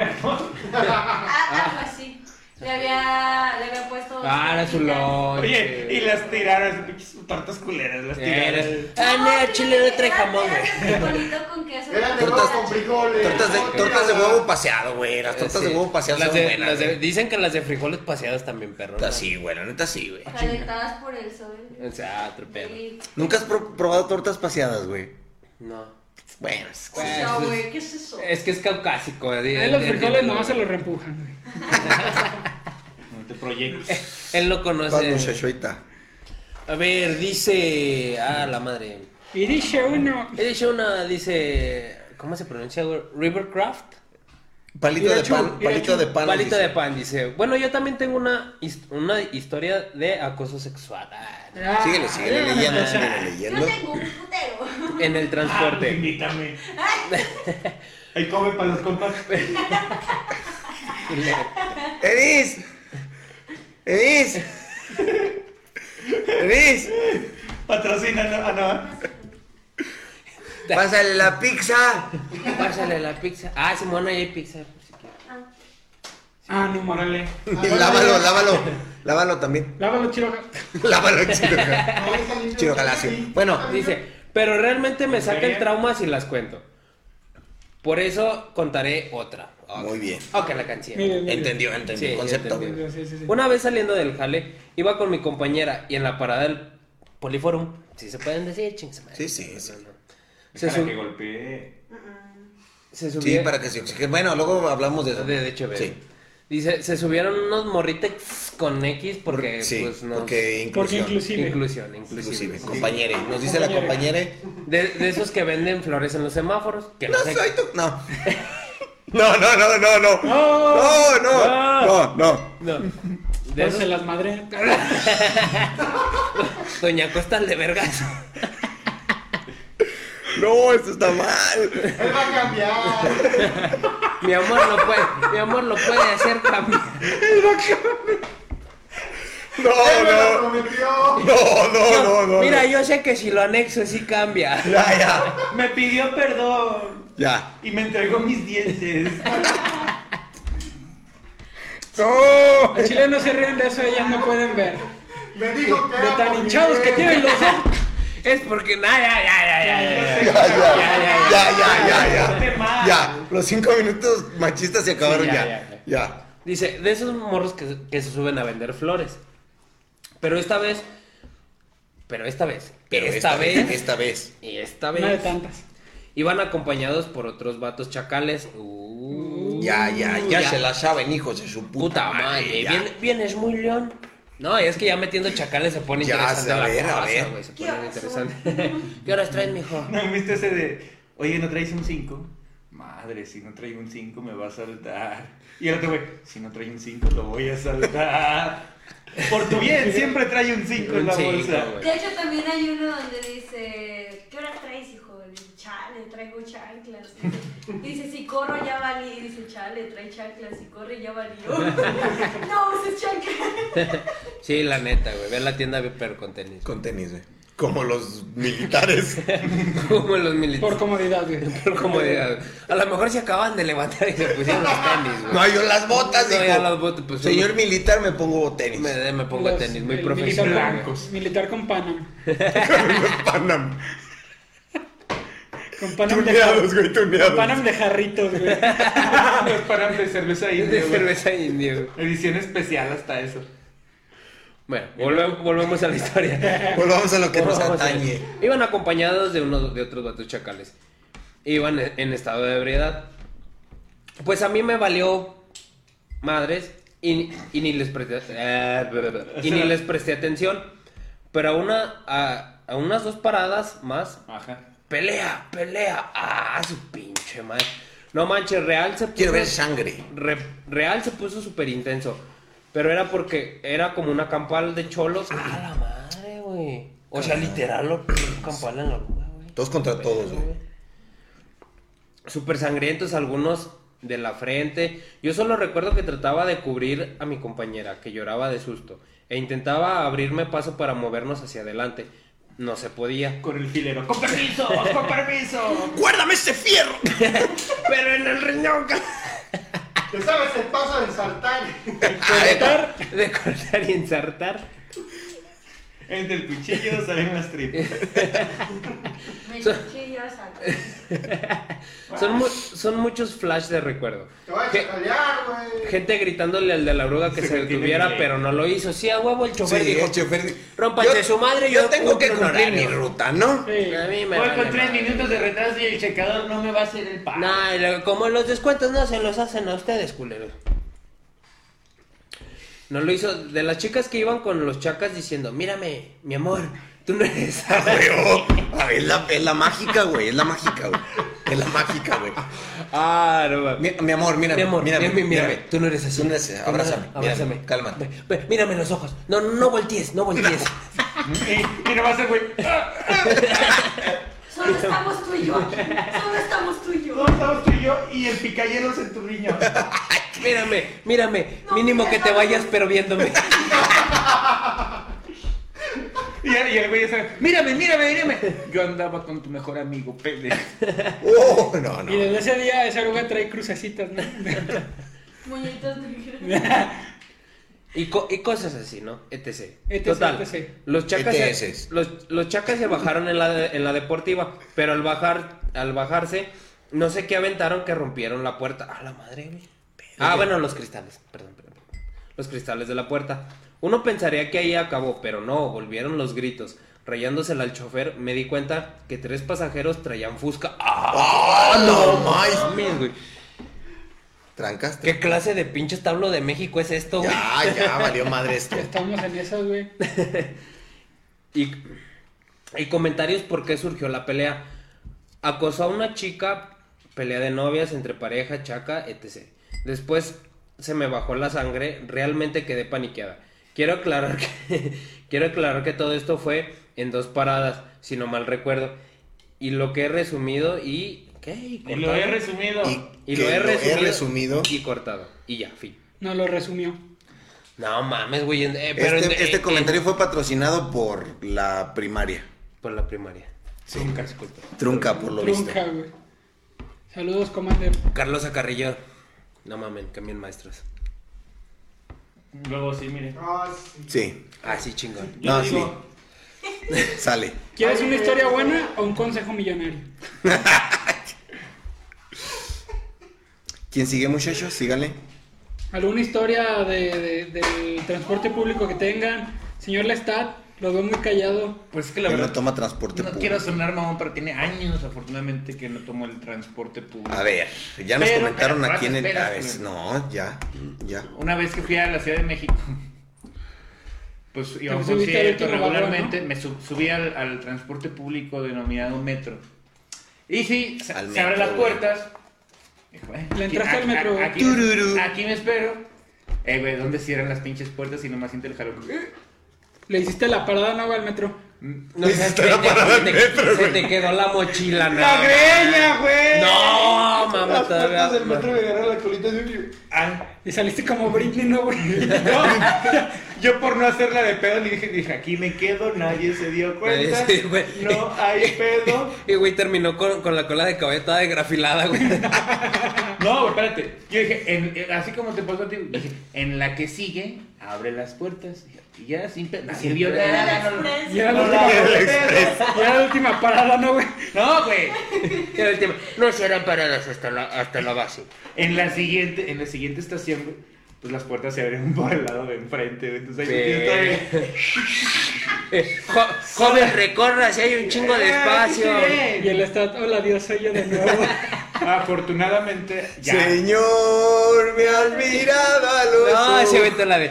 Speaker 10: Ah, algo así. Le había, le había puesto.
Speaker 9: Ah, era su lonche.
Speaker 7: Oye, y las tiraron, esas pinches tortas culeras, las tiraron.
Speaker 9: Eres- Ah, no, chile no trae jamón, güey.
Speaker 10: güey. con queso.
Speaker 11: Eran de
Speaker 6: Tortas-
Speaker 11: huevos con frijoles.
Speaker 6: Tortas de,
Speaker 11: No,
Speaker 6: tortas de
Speaker 11: nada.
Speaker 6: huevo paseado, güey. Las tortas
Speaker 9: Sí.
Speaker 6: de huevo paseado
Speaker 9: Las
Speaker 6: son
Speaker 9: de-
Speaker 6: buenas. eh.
Speaker 9: las de-
Speaker 6: güey.
Speaker 9: Dicen que las de frijoles paseadas también, perro.
Speaker 6: Neta sí, güey. La neta sí, güey.
Speaker 10: Calentadas Ah, por el sol.
Speaker 9: O sea, otro pedo.
Speaker 10: Y-
Speaker 6: ¿Nunca has pro- probado tortas paseadas, güey?
Speaker 9: No.
Speaker 6: Bueno, es-
Speaker 10: O sea, güey, ¿qué es eso?
Speaker 9: pues, Es que es caucásico. eh,
Speaker 8: Ahí los frijoles nomás se los reempujan, güey.
Speaker 7: No te proyectes.
Speaker 9: Él lo
Speaker 6: vas,
Speaker 9: conoce.
Speaker 6: muchachoita.
Speaker 9: A ver, dice. Ah, la madre.
Speaker 8: Y dice uno.
Speaker 9: He dicho una, dice. ¿Cómo se pronuncia, güey? Rivercraft.
Speaker 6: Palito de
Speaker 9: Irachu,
Speaker 6: pan, palito
Speaker 9: Irachu.
Speaker 6: de pan.
Speaker 9: Palito
Speaker 6: dice.
Speaker 9: de pan, dice. Bueno, yo también tengo una, his- una historia de acoso sexual. Ah, no.
Speaker 8: Ah,
Speaker 6: Síguele, síguele
Speaker 8: ya,
Speaker 6: leyendo,
Speaker 8: o sea,
Speaker 6: síguele
Speaker 10: Yo
Speaker 6: leyendo.
Speaker 10: tengo un putero.
Speaker 9: En el
Speaker 7: Ah, pues
Speaker 9: transporte.
Speaker 7: invítame. Ahí come para los compas.
Speaker 6: ¡Edis! ¡Edis! ¡Edis!
Speaker 7: Patrocina, no, ah,
Speaker 6: ¡Pásale la pizza!
Speaker 9: Pásale la pizza. Ah, Simón, ahí hay pizza. por si quieres.
Speaker 8: Ah, no, morale.
Speaker 6: Y lávalo, lávalo. Lávalo también.
Speaker 8: Lávalo, chiroja.
Speaker 6: Lávalo, chido.
Speaker 11: No, está limpio.
Speaker 6: Chido Galacio. Bueno,
Speaker 9: Dice, pero realmente me saca el trauma si las cuento. Por eso contaré otra. Ok.
Speaker 6: Muy bien.
Speaker 9: Ok, la canción.
Speaker 8: Miren, miren.
Speaker 6: entendió, entendió
Speaker 9: Sí,
Speaker 6: el concepto.
Speaker 9: entendió.
Speaker 6: güey.
Speaker 8: Sí, sí, sí.
Speaker 9: Una vez saliendo del jale, iba con mi compañera y en la parada del Poliforum, si se pueden decir, ching, su madre.
Speaker 6: Sí, sí, sí.
Speaker 9: Se,
Speaker 7: Para
Speaker 9: sub-
Speaker 7: que golpee.
Speaker 9: se subió.
Speaker 6: Sí, para que se oxigene. Bueno, luego hablamos de eso.
Speaker 9: De, de hecho, ve.
Speaker 6: Sí.
Speaker 9: Dice, se subieron unos morritex con X porque,
Speaker 6: Sí,
Speaker 9: pues, no.
Speaker 6: porque
Speaker 8: Porque
Speaker 6: inclusión.
Speaker 8: inclusive.
Speaker 9: Inclusión, inclusive.
Speaker 6: Inclusive, compañere. Nos dice la compañere.
Speaker 9: De, de esos que venden flores en los semáforos. Que no,
Speaker 6: No
Speaker 9: sé-
Speaker 6: soy tú. No. No, no, no, no, no. No, no, no, no.
Speaker 9: No. De
Speaker 8: Pero pues, se
Speaker 9: esos,
Speaker 8: las madre.
Speaker 9: Doña Costas de Vergas.
Speaker 6: No, esto está mal.
Speaker 11: Él va a cambiar.
Speaker 9: Mi amor lo puede, mi amor lo puede hacer cambiar.
Speaker 11: Él me lo
Speaker 6: No, no.
Speaker 11: prometió.
Speaker 6: No, no, no, no.
Speaker 9: Mira, yo sé que si lo anexo sí cambia.
Speaker 6: Ya, ya.
Speaker 7: Me pidió perdón
Speaker 6: Ya.
Speaker 7: y me entregó mis dientes.
Speaker 6: No.
Speaker 8: Al chile no se ríen de eso, ellas no pueden ver.
Speaker 11: Me dijo que
Speaker 8: De
Speaker 11: era por
Speaker 8: tan
Speaker 11: mi
Speaker 8: hinchados que
Speaker 11: bien.
Speaker 8: tienen los ojos.
Speaker 9: Es porque nada, ya, ya, ya, ya, ya, ya.
Speaker 6: Ya, ya,
Speaker 9: Ya, ya,
Speaker 6: ya,
Speaker 9: ya.
Speaker 6: ya, ya,
Speaker 7: Ponte
Speaker 6: ya.
Speaker 7: mal.
Speaker 6: Ya, los cinco minutos machistas se acabaron
Speaker 9: Sí, ya,
Speaker 6: ya. Ya.
Speaker 9: Dice, de esos morros que, que se suben a vender flores. Pero esta vez Pero esta vez.
Speaker 6: Pero
Speaker 9: esta,
Speaker 6: esta
Speaker 9: vez,
Speaker 6: vez, esta vez.
Speaker 9: Y esta vez.
Speaker 8: Una de tantas.
Speaker 9: Iban acompañados por otros vatos chacales. Uh,
Speaker 6: Ya, ya, ya, se la saben, hijos de su puta,
Speaker 9: Puta madre.
Speaker 6: madre. ya.
Speaker 9: Bien- Vienes muy león. No, es que ya metiendo chacales se pone
Speaker 6: Ya,
Speaker 9: interesante
Speaker 6: a
Speaker 9: la
Speaker 6: ver, a
Speaker 9: cosa,
Speaker 6: ver.
Speaker 9: güey, se
Speaker 10: ¿Qué
Speaker 9: pone
Speaker 10: horas
Speaker 9: interesante. ¿Qué horas traes, mijo?
Speaker 7: ¿No viste ese de, oye, ¿no traes un 5? Madre, si no traigo un 5 me va a saltar. Y el otro güey, si no traigo un 5 lo voy a saltar. Por tu bien, siempre trae un 5 en
Speaker 9: Un
Speaker 7: la
Speaker 9: cinco,
Speaker 7: bolsa.
Speaker 9: güey.
Speaker 10: De hecho, también hay uno donde dice, ¿qué hora traes, hijo? Y dice, Chale, traigo chanclas. Y dice, si corro ya valí. Y dice, chale, trae chanclas, si corre ya valió. no, uses chanclas.
Speaker 9: Sí, la neta, güey. Ve a la tienda, pero con tenis.
Speaker 6: Con tenis, güey. Como los militares.
Speaker 9: Como los
Speaker 8: Por
Speaker 9: militares.
Speaker 8: comodidad, güey.
Speaker 9: Por comodidad. A lo mejor se acaban de levantar y se pusieron los tenis, güey.
Speaker 6: No, yo las botas,
Speaker 9: No,
Speaker 6: hijo.
Speaker 9: ya las botas, pues,
Speaker 6: Señor
Speaker 9: uno-
Speaker 6: militar, me pongo tenis.
Speaker 9: Me, me pongo
Speaker 8: Los-
Speaker 9: tenis, muy
Speaker 8: el militar
Speaker 9: profesional. güey.
Speaker 8: con- Militar con Panam.
Speaker 6: Panam.
Speaker 8: Con Panam de,
Speaker 6: Tuneados, güey,
Speaker 8: con
Speaker 6: tuneados.
Speaker 8: Panam de jarritos, güey.
Speaker 7: Los paran de cerveza
Speaker 9: Es
Speaker 7: india,
Speaker 9: de
Speaker 7: güey.
Speaker 9: cerveza india, güey.
Speaker 7: Edición especial hasta eso.
Speaker 9: Bueno, volve- volvemos a la historia.
Speaker 6: Volvamos Pues a lo que nos
Speaker 9: Volvamos a-
Speaker 6: atañe.
Speaker 9: Iban acompañados de unos de otros vatos chacales. Iban en- en estado de ebriedad. Pues a mí me valió madres y, y ni les presté eh, y ni les presté atención. Pero a una a, a unas dos paradas más
Speaker 7: Ajá.
Speaker 9: pelea, pelea. Ah, su pinche madre. No manches, Real se puso-
Speaker 6: Quiero ver sangre.
Speaker 9: Re- Real se puso súper intenso. Pero era porque era como una campal de cholos. ¡A Ah, la madre, güey! O sea, literal, lo- campal en la luna, güey.
Speaker 6: Todos contra todos, güey.
Speaker 9: Súper sangrientos algunos de la frente. Yo solo recuerdo que trataba de cubrir a mi compañera, que lloraba de susto. E intentaba abrirme paso para movernos hacia adelante. No se podía.
Speaker 7: Con el filero. ¡Con permiso! ¡Con permiso!
Speaker 6: ¡Guárdame ese fierro!
Speaker 9: Pero en el riñón... ca-
Speaker 11: Te sabes el paso de saltar.
Speaker 9: cortar, de cortar y ensartar.
Speaker 7: Entre el cuchillo salen las tripas.
Speaker 10: Me
Speaker 9: So-
Speaker 10: cuchillo saco.
Speaker 9: Son, mu- son muchos flash de recuerdo.
Speaker 11: Te voy a
Speaker 9: Ge-
Speaker 11: chacalear, güey.
Speaker 9: gente gritándole al de la oruga que
Speaker 7: Se
Speaker 9: se,
Speaker 7: mantiene
Speaker 9: detuviera,
Speaker 7: bien.
Speaker 9: pero no lo hizo. Sí, a huevo el chofer
Speaker 6: Sí,
Speaker 9: dijo.
Speaker 6: el chofer di-
Speaker 9: "Rómpanse su madre, yo
Speaker 6: tengo que
Speaker 9: cumplo un
Speaker 6: cumplir mi
Speaker 9: horario".
Speaker 6: ruta, ¿no?
Speaker 8: Sí.
Speaker 9: A mí me
Speaker 7: Voy
Speaker 9: vale
Speaker 7: con tres
Speaker 9: madre.
Speaker 7: minutos de retraso y el checador no me va a hacer el pago.
Speaker 9: Nah, y luego, como los descuentos no se los hacen a ustedes, culeros. No lo hizo. De las chicas que iban con los chacas diciendo, mírame, mi amor, tú no eres.
Speaker 6: Ah, güey, oh. A ver, es la, es la mágica, güey. Es la mágica, güey. Es la mágica, güey.
Speaker 9: ah, no mames.
Speaker 6: Mi, mi amor, mírame.
Speaker 9: mi amor,
Speaker 6: mírame,
Speaker 9: mírame, mírame,
Speaker 6: mírame.
Speaker 9: Tú no eres así.
Speaker 6: Tú no eres así.
Speaker 9: Tú no eres-
Speaker 6: Abrázame, mírame, cálmate.
Speaker 9: Ve- ve, mírame los ojos. No, no voltees, no voltees.
Speaker 7: Y, y no va a ser, güey. ¡Ah!
Speaker 10: Solo estamos tú y yo aquí. Solo estamos tú y yo.
Speaker 7: Solo estamos tú y yo y el picayelos en tu riñón.
Speaker 9: mírame, mírame.
Speaker 10: No,
Speaker 9: Mínimo que te
Speaker 10: déjame.
Speaker 9: vayas, pero viéndome.
Speaker 7: Y, el- y el güey dice, mírame, mírame, mírame. Yo andaba con tu mejor amigo, pele.
Speaker 6: Oh, no,
Speaker 8: Y
Speaker 6: no.
Speaker 8: desde ese día esa oruga trae crucecitas, ¿no?
Speaker 10: Muñequitos negros.
Speaker 9: Y, co- y cosas así, ¿no? Etc.
Speaker 8: ETC.
Speaker 9: Total. Los chacas, se,
Speaker 6: ETS.
Speaker 9: los, los chacas se bajaron en la, en la deportiva, pero al bajar, al bajarse, no sé qué aventaron que rompieron la puerta. A la madre, güey. Ah, bueno, los cristales, perdón, perdón. Los cristales de la puerta. Uno pensaría que ahí acabó, pero no, volvieron los gritos. Rayándosela al chofer, me di cuenta que tres pasajeros traían fusca. ¡Ah!
Speaker 6: ¡Ah, no, Mike!
Speaker 9: mames, güey!
Speaker 6: Trancaste.
Speaker 9: ¿Qué clase de pinche establo de México es esto, güey?
Speaker 6: Ya, ya, valió madre esto.
Speaker 8: Estamos en esas, güey.
Speaker 9: Y, y comentarios por qué surgió la pelea. Acosó a una chica, pelea de novias entre pareja, chaca, etc. Después se me bajó la sangre, realmente quedé paniqueada. Quiero aclarar que, quiero aclarar que todo esto fue en dos paradas, si no mal recuerdo. Y lo que he resumido y... ¿Qué? Y,
Speaker 7: Y lo he
Speaker 9: cortado.
Speaker 7: resumido.
Speaker 9: Y
Speaker 6: que
Speaker 9: lo he resumido,
Speaker 6: resumido.
Speaker 9: y cortado. Y ya, fin.
Speaker 8: Nos lo resumió.
Speaker 9: No mames, güey. en- eh, pero en-
Speaker 6: este este
Speaker 9: eh,
Speaker 6: comentario fue patrocinado por la primaria.
Speaker 9: Por la primaria.
Speaker 7: Nunca.
Speaker 6: Trunca, por lo visto.
Speaker 8: Trunca, güey. Saludos, Commander.
Speaker 9: Carlos Acarrillo. No mamen, cambien maestros.
Speaker 7: Luego sí, mire.
Speaker 11: Ah, sí.
Speaker 6: Sí,
Speaker 9: Ah, sí, chingón.
Speaker 7: Yo
Speaker 6: No,
Speaker 7: digo,
Speaker 6: sale.
Speaker 8: ¿Quieres una historia buena o un consejo millonario?
Speaker 6: ¿Quién sigue, muchachos? Síganle.
Speaker 8: ¿Alguna historia de, de- del transporte público que tengan? Señor Lestat, Lo veo muy callado.
Speaker 7: Pues es que la
Speaker 6: Él no
Speaker 7: verdad.
Speaker 6: toma transporte
Speaker 7: no
Speaker 6: público.
Speaker 7: quiero sonar mamón, pero tiene años, afortunadamente, que no tomó el transporte público.
Speaker 6: A ver, ya nos
Speaker 7: Pero,
Speaker 6: comentaron
Speaker 7: espera,
Speaker 6: aquí en el.
Speaker 7: espera,
Speaker 6: a ver,
Speaker 7: espera.
Speaker 6: no, ya, ya.
Speaker 7: Una vez que fui a la Ciudad de México, pues iba a un
Speaker 8: Te subiste al
Speaker 7: concierto
Speaker 8: último vagón,
Speaker 7: regularmente, me sub- subí al, al transporte público denominado metro. Y sí, se,
Speaker 6: Al
Speaker 7: se abren
Speaker 6: metro,
Speaker 7: las
Speaker 6: güey.
Speaker 7: puertas. Dijo, eh,
Speaker 8: Le entraste al
Speaker 7: aquí-
Speaker 8: metro, güey.
Speaker 7: Aquí, aquí me espero. Eh, güey, ¿dónde cierran las pinches puertas y nomás siente el jalón? Eh,
Speaker 8: Le hiciste la parada, ¿no, güey, al metro?
Speaker 9: No, seas pendejo, se te- se te quedó la mochila, no.
Speaker 11: greña, güey!
Speaker 9: No,
Speaker 11: Las
Speaker 9: mamá,
Speaker 11: puertas del
Speaker 9: todavía.
Speaker 11: metro me agarran la colita de un
Speaker 7: ah,
Speaker 8: Y saliste como Britney, ¿no, güey?
Speaker 7: Yo por no hacerla de pedo le dije, dije, aquí me quedo, nadie se dio cuenta.
Speaker 9: Nadie se dio cuenta.
Speaker 7: no hay pedo.
Speaker 9: Y güey terminó con, con la cola de cabello toda desgrafilada, güey.
Speaker 7: No, güey, espérate. Yo dije, en- en- así como te pasó a ti, dije, en la que sigue, abre las puertas. Y ya, sin pedo. Nadie vio nada. no-
Speaker 8: Y era la
Speaker 7: no
Speaker 8: última,
Speaker 7: la vio
Speaker 8: y
Speaker 7: pedo.
Speaker 8: era la última parada, ¿no, güey?
Speaker 7: No, güey.
Speaker 9: Era el tema, No serán paradas hasta la, hasta la base.
Speaker 7: En la siguiente, en la siguiente estación, güey, pues las puertas se abrieron por el lado de enfrente, güey. Entonces ahí me tienes todavía-
Speaker 9: Eh, jo- joven, recorra si hay un chingo de espacio.
Speaker 8: Y él está, hola, Dios, soy yo de nuevo.
Speaker 7: Afortunadamente, ya.
Speaker 6: Señor, me has mirado a los
Speaker 9: No,
Speaker 6: ojos
Speaker 9: ese güey te la de.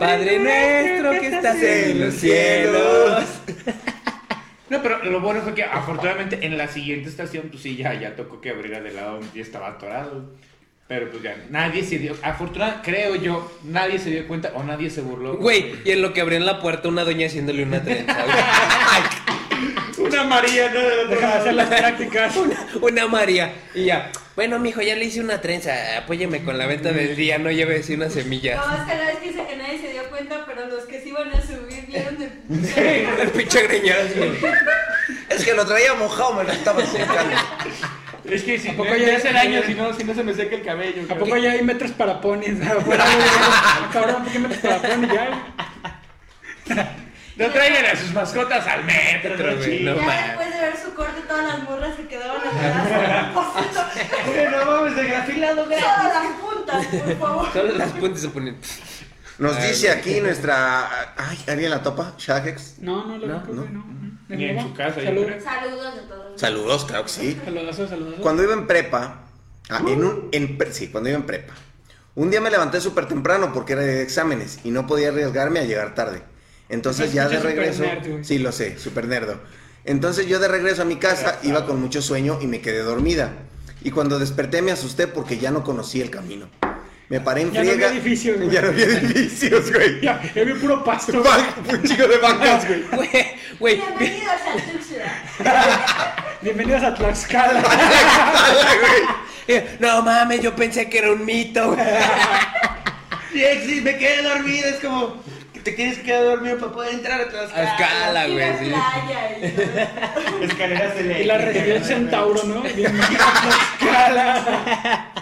Speaker 9: Padre nuestro que estás en los cielos.
Speaker 7: No, pero lo bueno fue que afortunadamente en la siguiente estación, pues sí, ya, ya tocó que abriera del lado donde ya estaba atorado. Pero pues ya, nadie se dio, afortunadamente, creo yo, nadie se dio cuenta o nadie se burló.
Speaker 9: Güey, y en lo que abrían la puerta una doña haciéndole una trenza, güey.
Speaker 7: Una María, ¿no? Del otro
Speaker 8: Para
Speaker 7: lado.
Speaker 8: pues, hacer las prácticas.
Speaker 9: Una María. Y ya. Bueno, mijo, ya le hice una trenza. Apóyeme con la venta del día, no lleves unas semillas.
Speaker 10: Nada más que la vez que dice que nadie se dio cuenta, pero los que sí iban a subir vieron de
Speaker 9: El pinche greñazo.
Speaker 6: Es que lo traía mojado, me lo estaba secando.
Speaker 7: Es que si
Speaker 8: ¿A poco
Speaker 7: me-
Speaker 8: ya
Speaker 7: me
Speaker 8: es
Speaker 7: hace
Speaker 8: el
Speaker 7: daño
Speaker 8: día?
Speaker 7: si no, si no se me seca el cabello.
Speaker 8: ¿A
Speaker 7: cabrón.
Speaker 8: poco ya hay metros para ponis? Ah, Afuera, güey. Cabrón, ¿por qué metros para ponis ya? güey?
Speaker 7: No traigan a sus mascotas al metro,
Speaker 9: Metro,
Speaker 7: güey.
Speaker 9: güey, no.
Speaker 10: Ya
Speaker 9: mames.
Speaker 10: después de ver su corte, todas las morras se quedaron atrás.
Speaker 7: Güey, No mames, desgrafilado, güey.
Speaker 10: Solo las puntas, por favor.
Speaker 9: Solo las puntas se ponen.
Speaker 6: Nos
Speaker 9: Ay,
Speaker 6: dice
Speaker 9: güey.
Speaker 6: aquí nuestra. Ay, ¿alguien la topa? Shagex.
Speaker 8: No, no lo
Speaker 6: No,
Speaker 8: no,
Speaker 6: no.
Speaker 8: no. no. ¿De
Speaker 7: Ni en
Speaker 8: nuevo?
Speaker 7: su casa, yo
Speaker 8: Salud.
Speaker 7: creo.
Speaker 10: Saludos de todos.
Speaker 6: Saludos, claro que sí.
Speaker 8: Saludazo, saludazo.
Speaker 6: Cuando iba en prepa, ah, en un, en pre- sí, cuando iba en prepa, un día me levanté súper temprano porque era de exámenes y no podía arriesgarme a llegar tarde. Entonces
Speaker 8: Me
Speaker 6: ya de
Speaker 8: escuchas súper
Speaker 6: regreso,
Speaker 8: nerd, güey.
Speaker 6: sí lo sé, súper nerdo. Entonces yo de regreso a mi casa iba con mucho sueño y me quedé dormida. Y cuando desperté me asusté porque ya no conocía el camino. Me paré en
Speaker 8: Ya no
Speaker 6: friega.
Speaker 8: había edificios, güey.
Speaker 6: Ya no había edificios, güey.
Speaker 8: Ya, ya vi puro pasto.
Speaker 6: Ban- Un chico de bancas, güey.
Speaker 9: Güey, güey.
Speaker 10: Bienvenidos a Tuxla.
Speaker 8: Bienvenidos a Tlaxcala.
Speaker 9: Eh, No mames, yo pensé que era un mito, güey.
Speaker 7: Sí, me quedé dormido, es como que te quieres quedar dormido para poder entrar a
Speaker 9: A escala,
Speaker 10: Y la
Speaker 9: güey, sí.
Speaker 10: playa y todo.
Speaker 7: escaleras de
Speaker 8: Y la región Centauro, ¿no? Bienvenidos a Tlaxcala.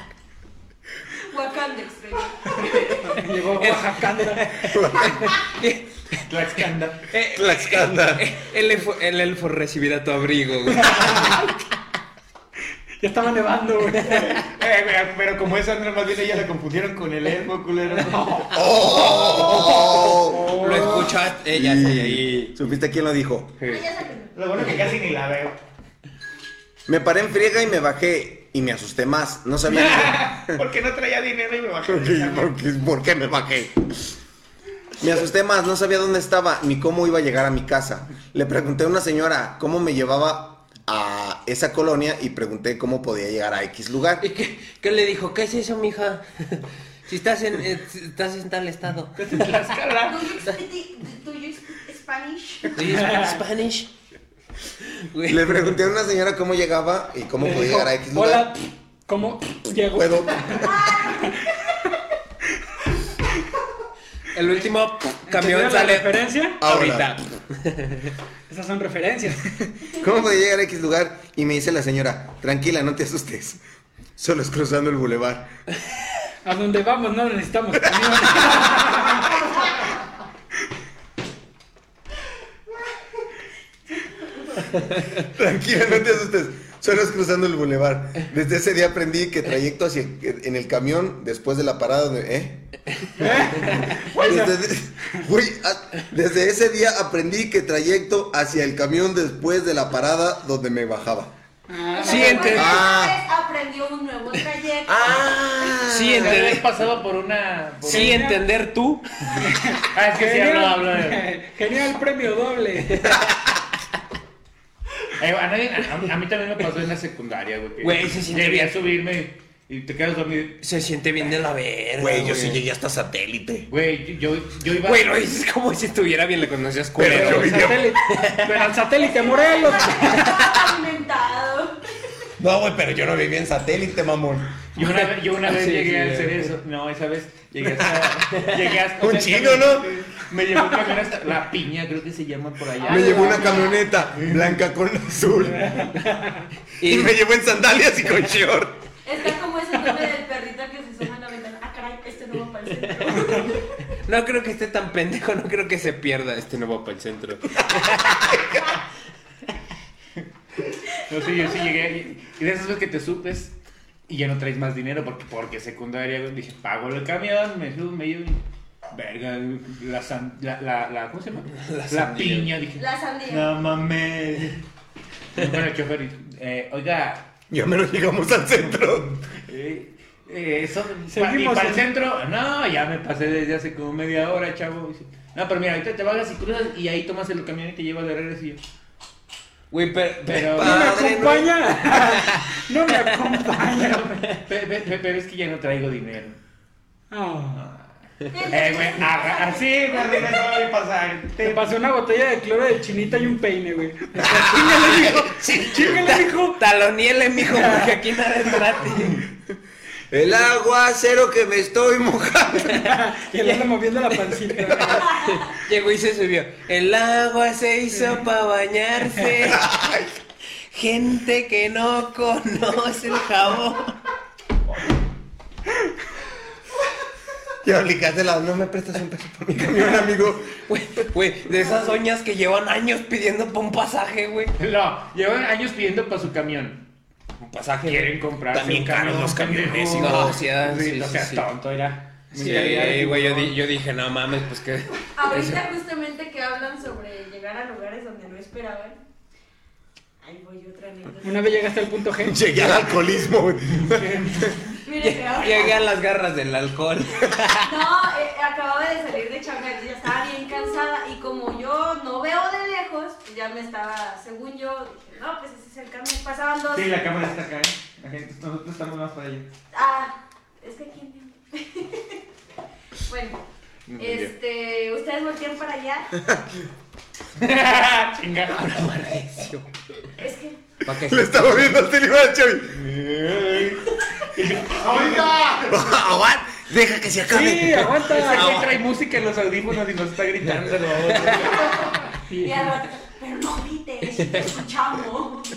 Speaker 10: Wakanda extraño.
Speaker 8: Llegó Oaxaca.
Speaker 9: Eh,
Speaker 7: Tlaxcanda.
Speaker 9: eh,
Speaker 6: Tlaxcala.
Speaker 9: eh, El elfo, el elfo recibirá tu abrigo, güey.
Speaker 8: Ya estaba nevando, güey.
Speaker 7: Eh, güey, pero como esa no más bien ella la confundieron con el elfo, culero.
Speaker 6: Oh.
Speaker 9: Lo escuchaste. Eh, ya sé,
Speaker 6: Y- ¿Supiste quién lo dijo?
Speaker 10: Pues Ya saben.
Speaker 7: Lo bueno es que casi ni la veo.
Speaker 6: Me paré en friega y me bajé y me asusté más. No sabía
Speaker 7: Porque no traía dinero y me bajé.
Speaker 6: ¿Por qué, por qué- por qué me bajé? Me asusté más, no sabía dónde estaba ni cómo iba a llegar a mi casa. Le pregunté a una señora cómo me llevaba a esa colonia y pregunté cómo podía llegar a X lugar.
Speaker 9: ¿Y qué, qué le dijo? ¿Qué es eso, mija? Si estás en, eh, si estás en tal estado.
Speaker 10: Do you speak- do you speak Spanish?
Speaker 9: Do you speak Spanish? Güey.
Speaker 6: Le pregunté a una señora cómo llegaba y cómo podía llegar a
Speaker 7: pues,
Speaker 6: X
Speaker 8: Hola,
Speaker 6: lugar.
Speaker 8: ¿cómo llegó?
Speaker 6: Puedo.
Speaker 9: El último camión
Speaker 8: ¿Entendieron la
Speaker 9: sale
Speaker 8: referencia?
Speaker 9: ahorita.
Speaker 8: Esas son referencias.
Speaker 6: ¿Cómo podía llegar a X lugar? Y me dice la señora, tranquila, no te asustes. Solo es cruzando el bulevar.
Speaker 8: A donde vamos no necesitamos camiones.
Speaker 6: Tranquila, no te asustes. Solo es cruzando el bulevar. Desde ese día aprendí que trayecto hacia en el camión después de la parada de. ¿Eh? Desde, Güey, ah, desde ese día aprendí que trayecto hacia el camión después de la parada donde me bajaba.
Speaker 10: Sí,
Speaker 6: entendí.
Speaker 10: aprendió un nuevo trayecto.
Speaker 6: Ah.
Speaker 9: Sí,
Speaker 7: He
Speaker 9: entender.
Speaker 7: pasado por una. por
Speaker 9: Sí,
Speaker 7: una-
Speaker 9: entender tú.
Speaker 7: Ah, es que sí hablo, hablo de.
Speaker 8: Genial, genial premio doble.
Speaker 7: Eh, a, nadie- a- a mí también me pasó en la secundaria, güey. que
Speaker 9: Güey, se siente
Speaker 7: llegué
Speaker 9: bien.
Speaker 7: a subirme y te quedas dormido.
Speaker 9: Se siente bien de la verga.
Speaker 6: Güey, yo sí llegué hasta satélite.
Speaker 7: Güey, yo, yo, yo iba.
Speaker 9: Güey, lo dices como si estuviera bien, le conocías
Speaker 6: Pero
Speaker 9: culero.
Speaker 6: yo vivía-
Speaker 8: Satélite- Pero al satélite Morelos.
Speaker 10: Alimentado.
Speaker 6: No, güey, pero yo no vivía en satélite, mamón.
Speaker 7: Yo una, vez- yo una vez
Speaker 9: Sí,
Speaker 7: llegué
Speaker 9: sí,
Speaker 7: al Cerezo. No, esa vez llegué hasta. llegué hasta
Speaker 6: Un chino, ¿no? Ah,
Speaker 7: Me llevó un camión hasta La Piña, creo que se llama por allá.
Speaker 6: Me llevó una camioneta blanca con azul. Y me llevó en sandalias y con short.
Speaker 10: Está como ese nombre del perrito que se suma a la ventana. Ah, caray, este no va para el centro.
Speaker 9: No creo que esté tan pendejo, no creo que se pierda. Este no va para el centro.
Speaker 7: No sé, yo sí llegué. Y de esas veces que te supes y ya no traes más dinero porque, porque secundaria, güey, dije, pago el camión, me subo, me llevo. y- Verga, la, san- la, la, la- ¿cómo se llama? La,
Speaker 9: sandía.
Speaker 7: piña, dije.
Speaker 10: La sandía.
Speaker 7: No mames. Y Bueno, el chofer, eh, oiga,
Speaker 6: Ya menos llegamos al centro.
Speaker 7: eh, eh, eso,
Speaker 8: Seguimos
Speaker 7: para
Speaker 8: en-
Speaker 7: el centro, no, ya me pasé desde hace como media hora, chavo. Dice, No, pero mira, ahorita te bajas y cruzas y ahí tomas el camión y te llevas de regreso y yo.
Speaker 9: Güey, pero.
Speaker 7: Pero-
Speaker 8: No me
Speaker 9: Padre, no.
Speaker 8: acompaña. No me acompaña.
Speaker 7: Pe- pe- pe- Pero es que ya no traigo dinero.
Speaker 8: Ah.
Speaker 7: Eh, güey, agarra- así me regresó mi pasaje.
Speaker 8: Te pasé una botella de cloro de chinita y un peine, güey.
Speaker 9: Chíngale, mijo. Taloniele, mijo, porque aquí nada es gratis.
Speaker 6: El aguacero que me estoy mojando.
Speaker 8: Y él anda moviendo la pancita.
Speaker 9: Llegó y se subió. El agua se hizo para bañarse. Gente que no conoce el jabón.
Speaker 6: Y aplicaste la. No me prestas un peso por mi camión, amigo.
Speaker 9: Güey, güey, de esas doñas que llevan años pidiendo por un pasaje, güey.
Speaker 7: No, llevan años pidiendo para su camión.
Speaker 9: Un pasaje.
Speaker 7: Quieren comprar.
Speaker 9: También caros los camiones, hijo. No,
Speaker 7: No,
Speaker 9: sí, ah, sí,
Speaker 7: no
Speaker 9: sí,
Speaker 7: seas
Speaker 9: sí.
Speaker 7: tonto, era.
Speaker 9: Sí, güey, yo, di- yo dije, no mames, pues que.
Speaker 10: Ahorita justamente que hablan sobre llegar a lugares donde no esperaban. Ahí voy otra
Speaker 8: Una
Speaker 10: anécdota.
Speaker 8: vez llegaste al punto G.
Speaker 6: Llegué al alcoholismo. güey.
Speaker 10: Miren que ahora.
Speaker 9: Llegué a las garras del alcohol.
Speaker 10: No, eh, acababa de salir de chamba, entonces ya estaba bien cansada y como yo no veo de lejos, pues ya me estaba, según yo, dije, no, pues ese es el camión, pasaban dos.
Speaker 7: Sí, la cámara está acá, ¿eh? La gente- Nosotros estamos más para allá.
Speaker 10: Ah, es que aquí Bueno, este, ustedes voltean para allá.
Speaker 7: Chinga.
Speaker 10: Es que
Speaker 9: Pa' que-
Speaker 6: Le estaba viendo el teléfono al Chavi.
Speaker 11: ¡Ahorita!
Speaker 6: Aguanta, deja que se acabe.
Speaker 8: Sí, aguanta.
Speaker 7: Aquí trae música en los audífonos y nos está gritando.
Speaker 10: Y al rato, pero no grites, te escuchamos.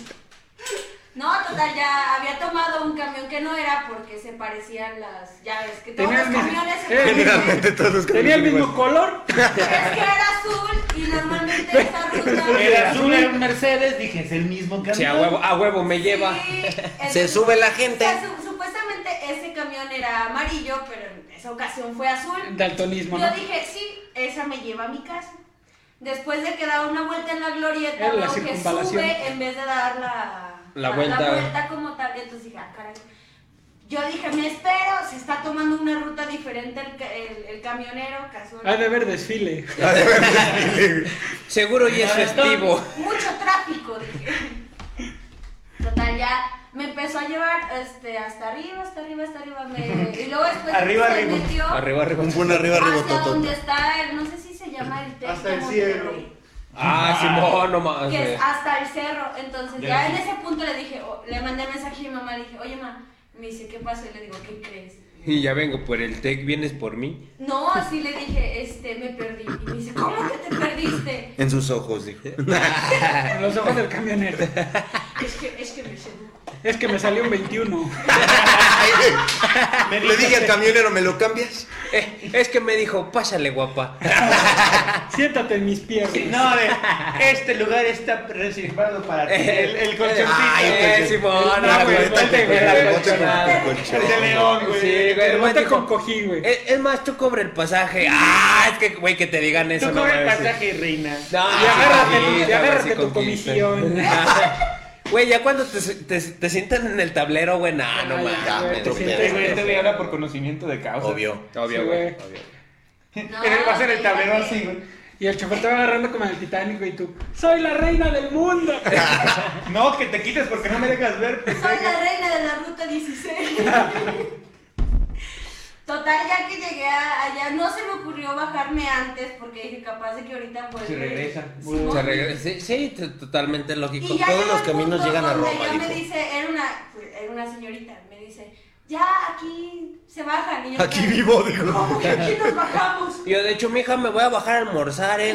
Speaker 10: No, total, ya había tomado un camión que no era porque se parecían las llaves. Que todos los
Speaker 8: Tenías mis-
Speaker 10: camiones se
Speaker 8: eh,
Speaker 10: parecen.
Speaker 6: Generalmente todos los
Speaker 8: Tenía el
Speaker 6: camiones
Speaker 8: mismo color.
Speaker 10: Es que era azul y normalmente esa ruta.
Speaker 7: Era azul, era un Mercedes, dije, es el mismo camión.
Speaker 9: Sí, a huevo, a huevo me lleva.
Speaker 6: Se sube la gente.
Speaker 10: o sea, su- supuestamente ese camión era amarillo, pero en esa ocasión fue azul.
Speaker 8: Daltonismo, ¿no?
Speaker 10: Yo dije, sí, esa me lleva a mi casa. Después de que daba una vuelta en la glorieta,
Speaker 8: Era la
Speaker 10: veo que
Speaker 8: circunvalación.
Speaker 10: sube en vez de dar la,
Speaker 9: La vuelta.
Speaker 10: como tal. Entonces dije, ah, caray. Yo dije, me espero, se está tomando una ruta diferente el, ca- el- el camionero casual.
Speaker 8: Ha de haber desfile.
Speaker 9: Seguro y es festivo.
Speaker 10: Mucho tráfico, dije. Total, ya me empezó a llevar este, hasta arriba, hasta arriba, hasta arriba. Me... Y luego después
Speaker 7: Arriba,
Speaker 10: se
Speaker 7: arriba.
Speaker 10: metió
Speaker 9: Arriba, arriba.
Speaker 6: Un buen arriba, arriba,
Speaker 10: hasta donde
Speaker 6: totota.
Speaker 10: está el, no sé si se llama el Tec
Speaker 11: Hasta el
Speaker 10: de
Speaker 11: cielo.
Speaker 10: Monterrey,
Speaker 9: Ah, Simón, no mames.
Speaker 10: Que
Speaker 9: güey.
Speaker 10: es hasta el cerro. Entonces,
Speaker 7: Ya
Speaker 10: ya en
Speaker 7: sí.
Speaker 10: ese punto le dije, o- le mandé mensaje a mi mamá, le dije, oye, mamá, me dice, ¿qué pasó? Y le digo, ¿qué crees?
Speaker 9: Y ya vengo por el tech, vienes por mí.
Speaker 10: No, sí le dije, este, me perdí. Y me dice, ¿cómo que te perdiste?
Speaker 6: En sus ojos, dijo.
Speaker 8: Con los ojos del camionero.
Speaker 10: Es que, es que me sedujo.
Speaker 8: Es que me salió un 21.
Speaker 6: Le
Speaker 9: Me
Speaker 6: dije al
Speaker 9: dijiste-
Speaker 6: camionero, ¿me lo cambias?
Speaker 9: Eh, es que me dijo, pásale, guapa.
Speaker 8: Siéntate en mis piernas.
Speaker 7: Sí, no, a ver, este lugar está reservado para ti. El, el colchoncito.
Speaker 9: Ay,
Speaker 7: Eh,
Speaker 9: eh, Simón,
Speaker 7: el-
Speaker 9: la
Speaker 7: no, güey,
Speaker 9: colchoneta,
Speaker 7: ponte,
Speaker 9: el
Speaker 7: güey,
Speaker 9: colchón,
Speaker 7: la colchoneta.
Speaker 9: el colchón.
Speaker 7: El de León, güey.
Speaker 9: Sí, güey, Eh,
Speaker 7: Pero
Speaker 9: el
Speaker 7: ponte
Speaker 9: güey
Speaker 7: con
Speaker 9: dijo,
Speaker 8: cojín, güey.
Speaker 9: Es, es más, tú cobra el pasaje. Ah, es que, güey, que te digan eso.
Speaker 7: Tú cobra el
Speaker 9: mames.
Speaker 7: pasaje, reina.
Speaker 9: No,
Speaker 8: Y agárrate,
Speaker 9: sí,
Speaker 8: y agárrate
Speaker 9: sí,
Speaker 8: tu
Speaker 9: conquista.
Speaker 8: comisión.
Speaker 9: Güey, ya cuando te, te, te sientan en el tablero, güey, nah, no
Speaker 8: Ay, ya, güey,
Speaker 9: mames.
Speaker 8: te
Speaker 9: no
Speaker 8: sientes,
Speaker 9: pedo.
Speaker 7: Este güey, este güey habla por conocimiento de causa.
Speaker 9: Obvio.
Speaker 7: Obvio,
Speaker 8: Sí,
Speaker 7: güey.
Speaker 8: güey.
Speaker 7: obvio.
Speaker 10: No,
Speaker 7: Él va a ser el tablero así, güey.
Speaker 8: Y el chofer te va agarrando como en el Titanic, güey, y tú, ¡Soy la reina del mundo!
Speaker 7: No, que te quites porque no me dejas ver. pues,
Speaker 10: Soy la
Speaker 7: oiga.
Speaker 10: reina de la ruta 16. Total, ya que llegué a- allá, no se me ocurrió bajarme antes porque dije, capaz de que ahorita pues...
Speaker 7: Se regresa.
Speaker 10: Simón.
Speaker 9: Se regresa. Sí, sí, t- totalmente lógico.
Speaker 10: Y ya
Speaker 9: Todos
Speaker 10: llegó
Speaker 9: los
Speaker 10: el
Speaker 9: caminos
Speaker 10: punto
Speaker 9: llegan a
Speaker 10: donde
Speaker 9: Roma,
Speaker 10: Ya me
Speaker 9: dijo.
Speaker 10: dice, era una, era una señorita, me dice, ya aquí se bajan. Y yo,
Speaker 6: Aquí vivo,
Speaker 10: ¿Cómo
Speaker 6: dijo.
Speaker 10: que aquí nos bajamos?
Speaker 9: Yo, de hecho, mija, me voy a bajar a almorzar, ¿eh?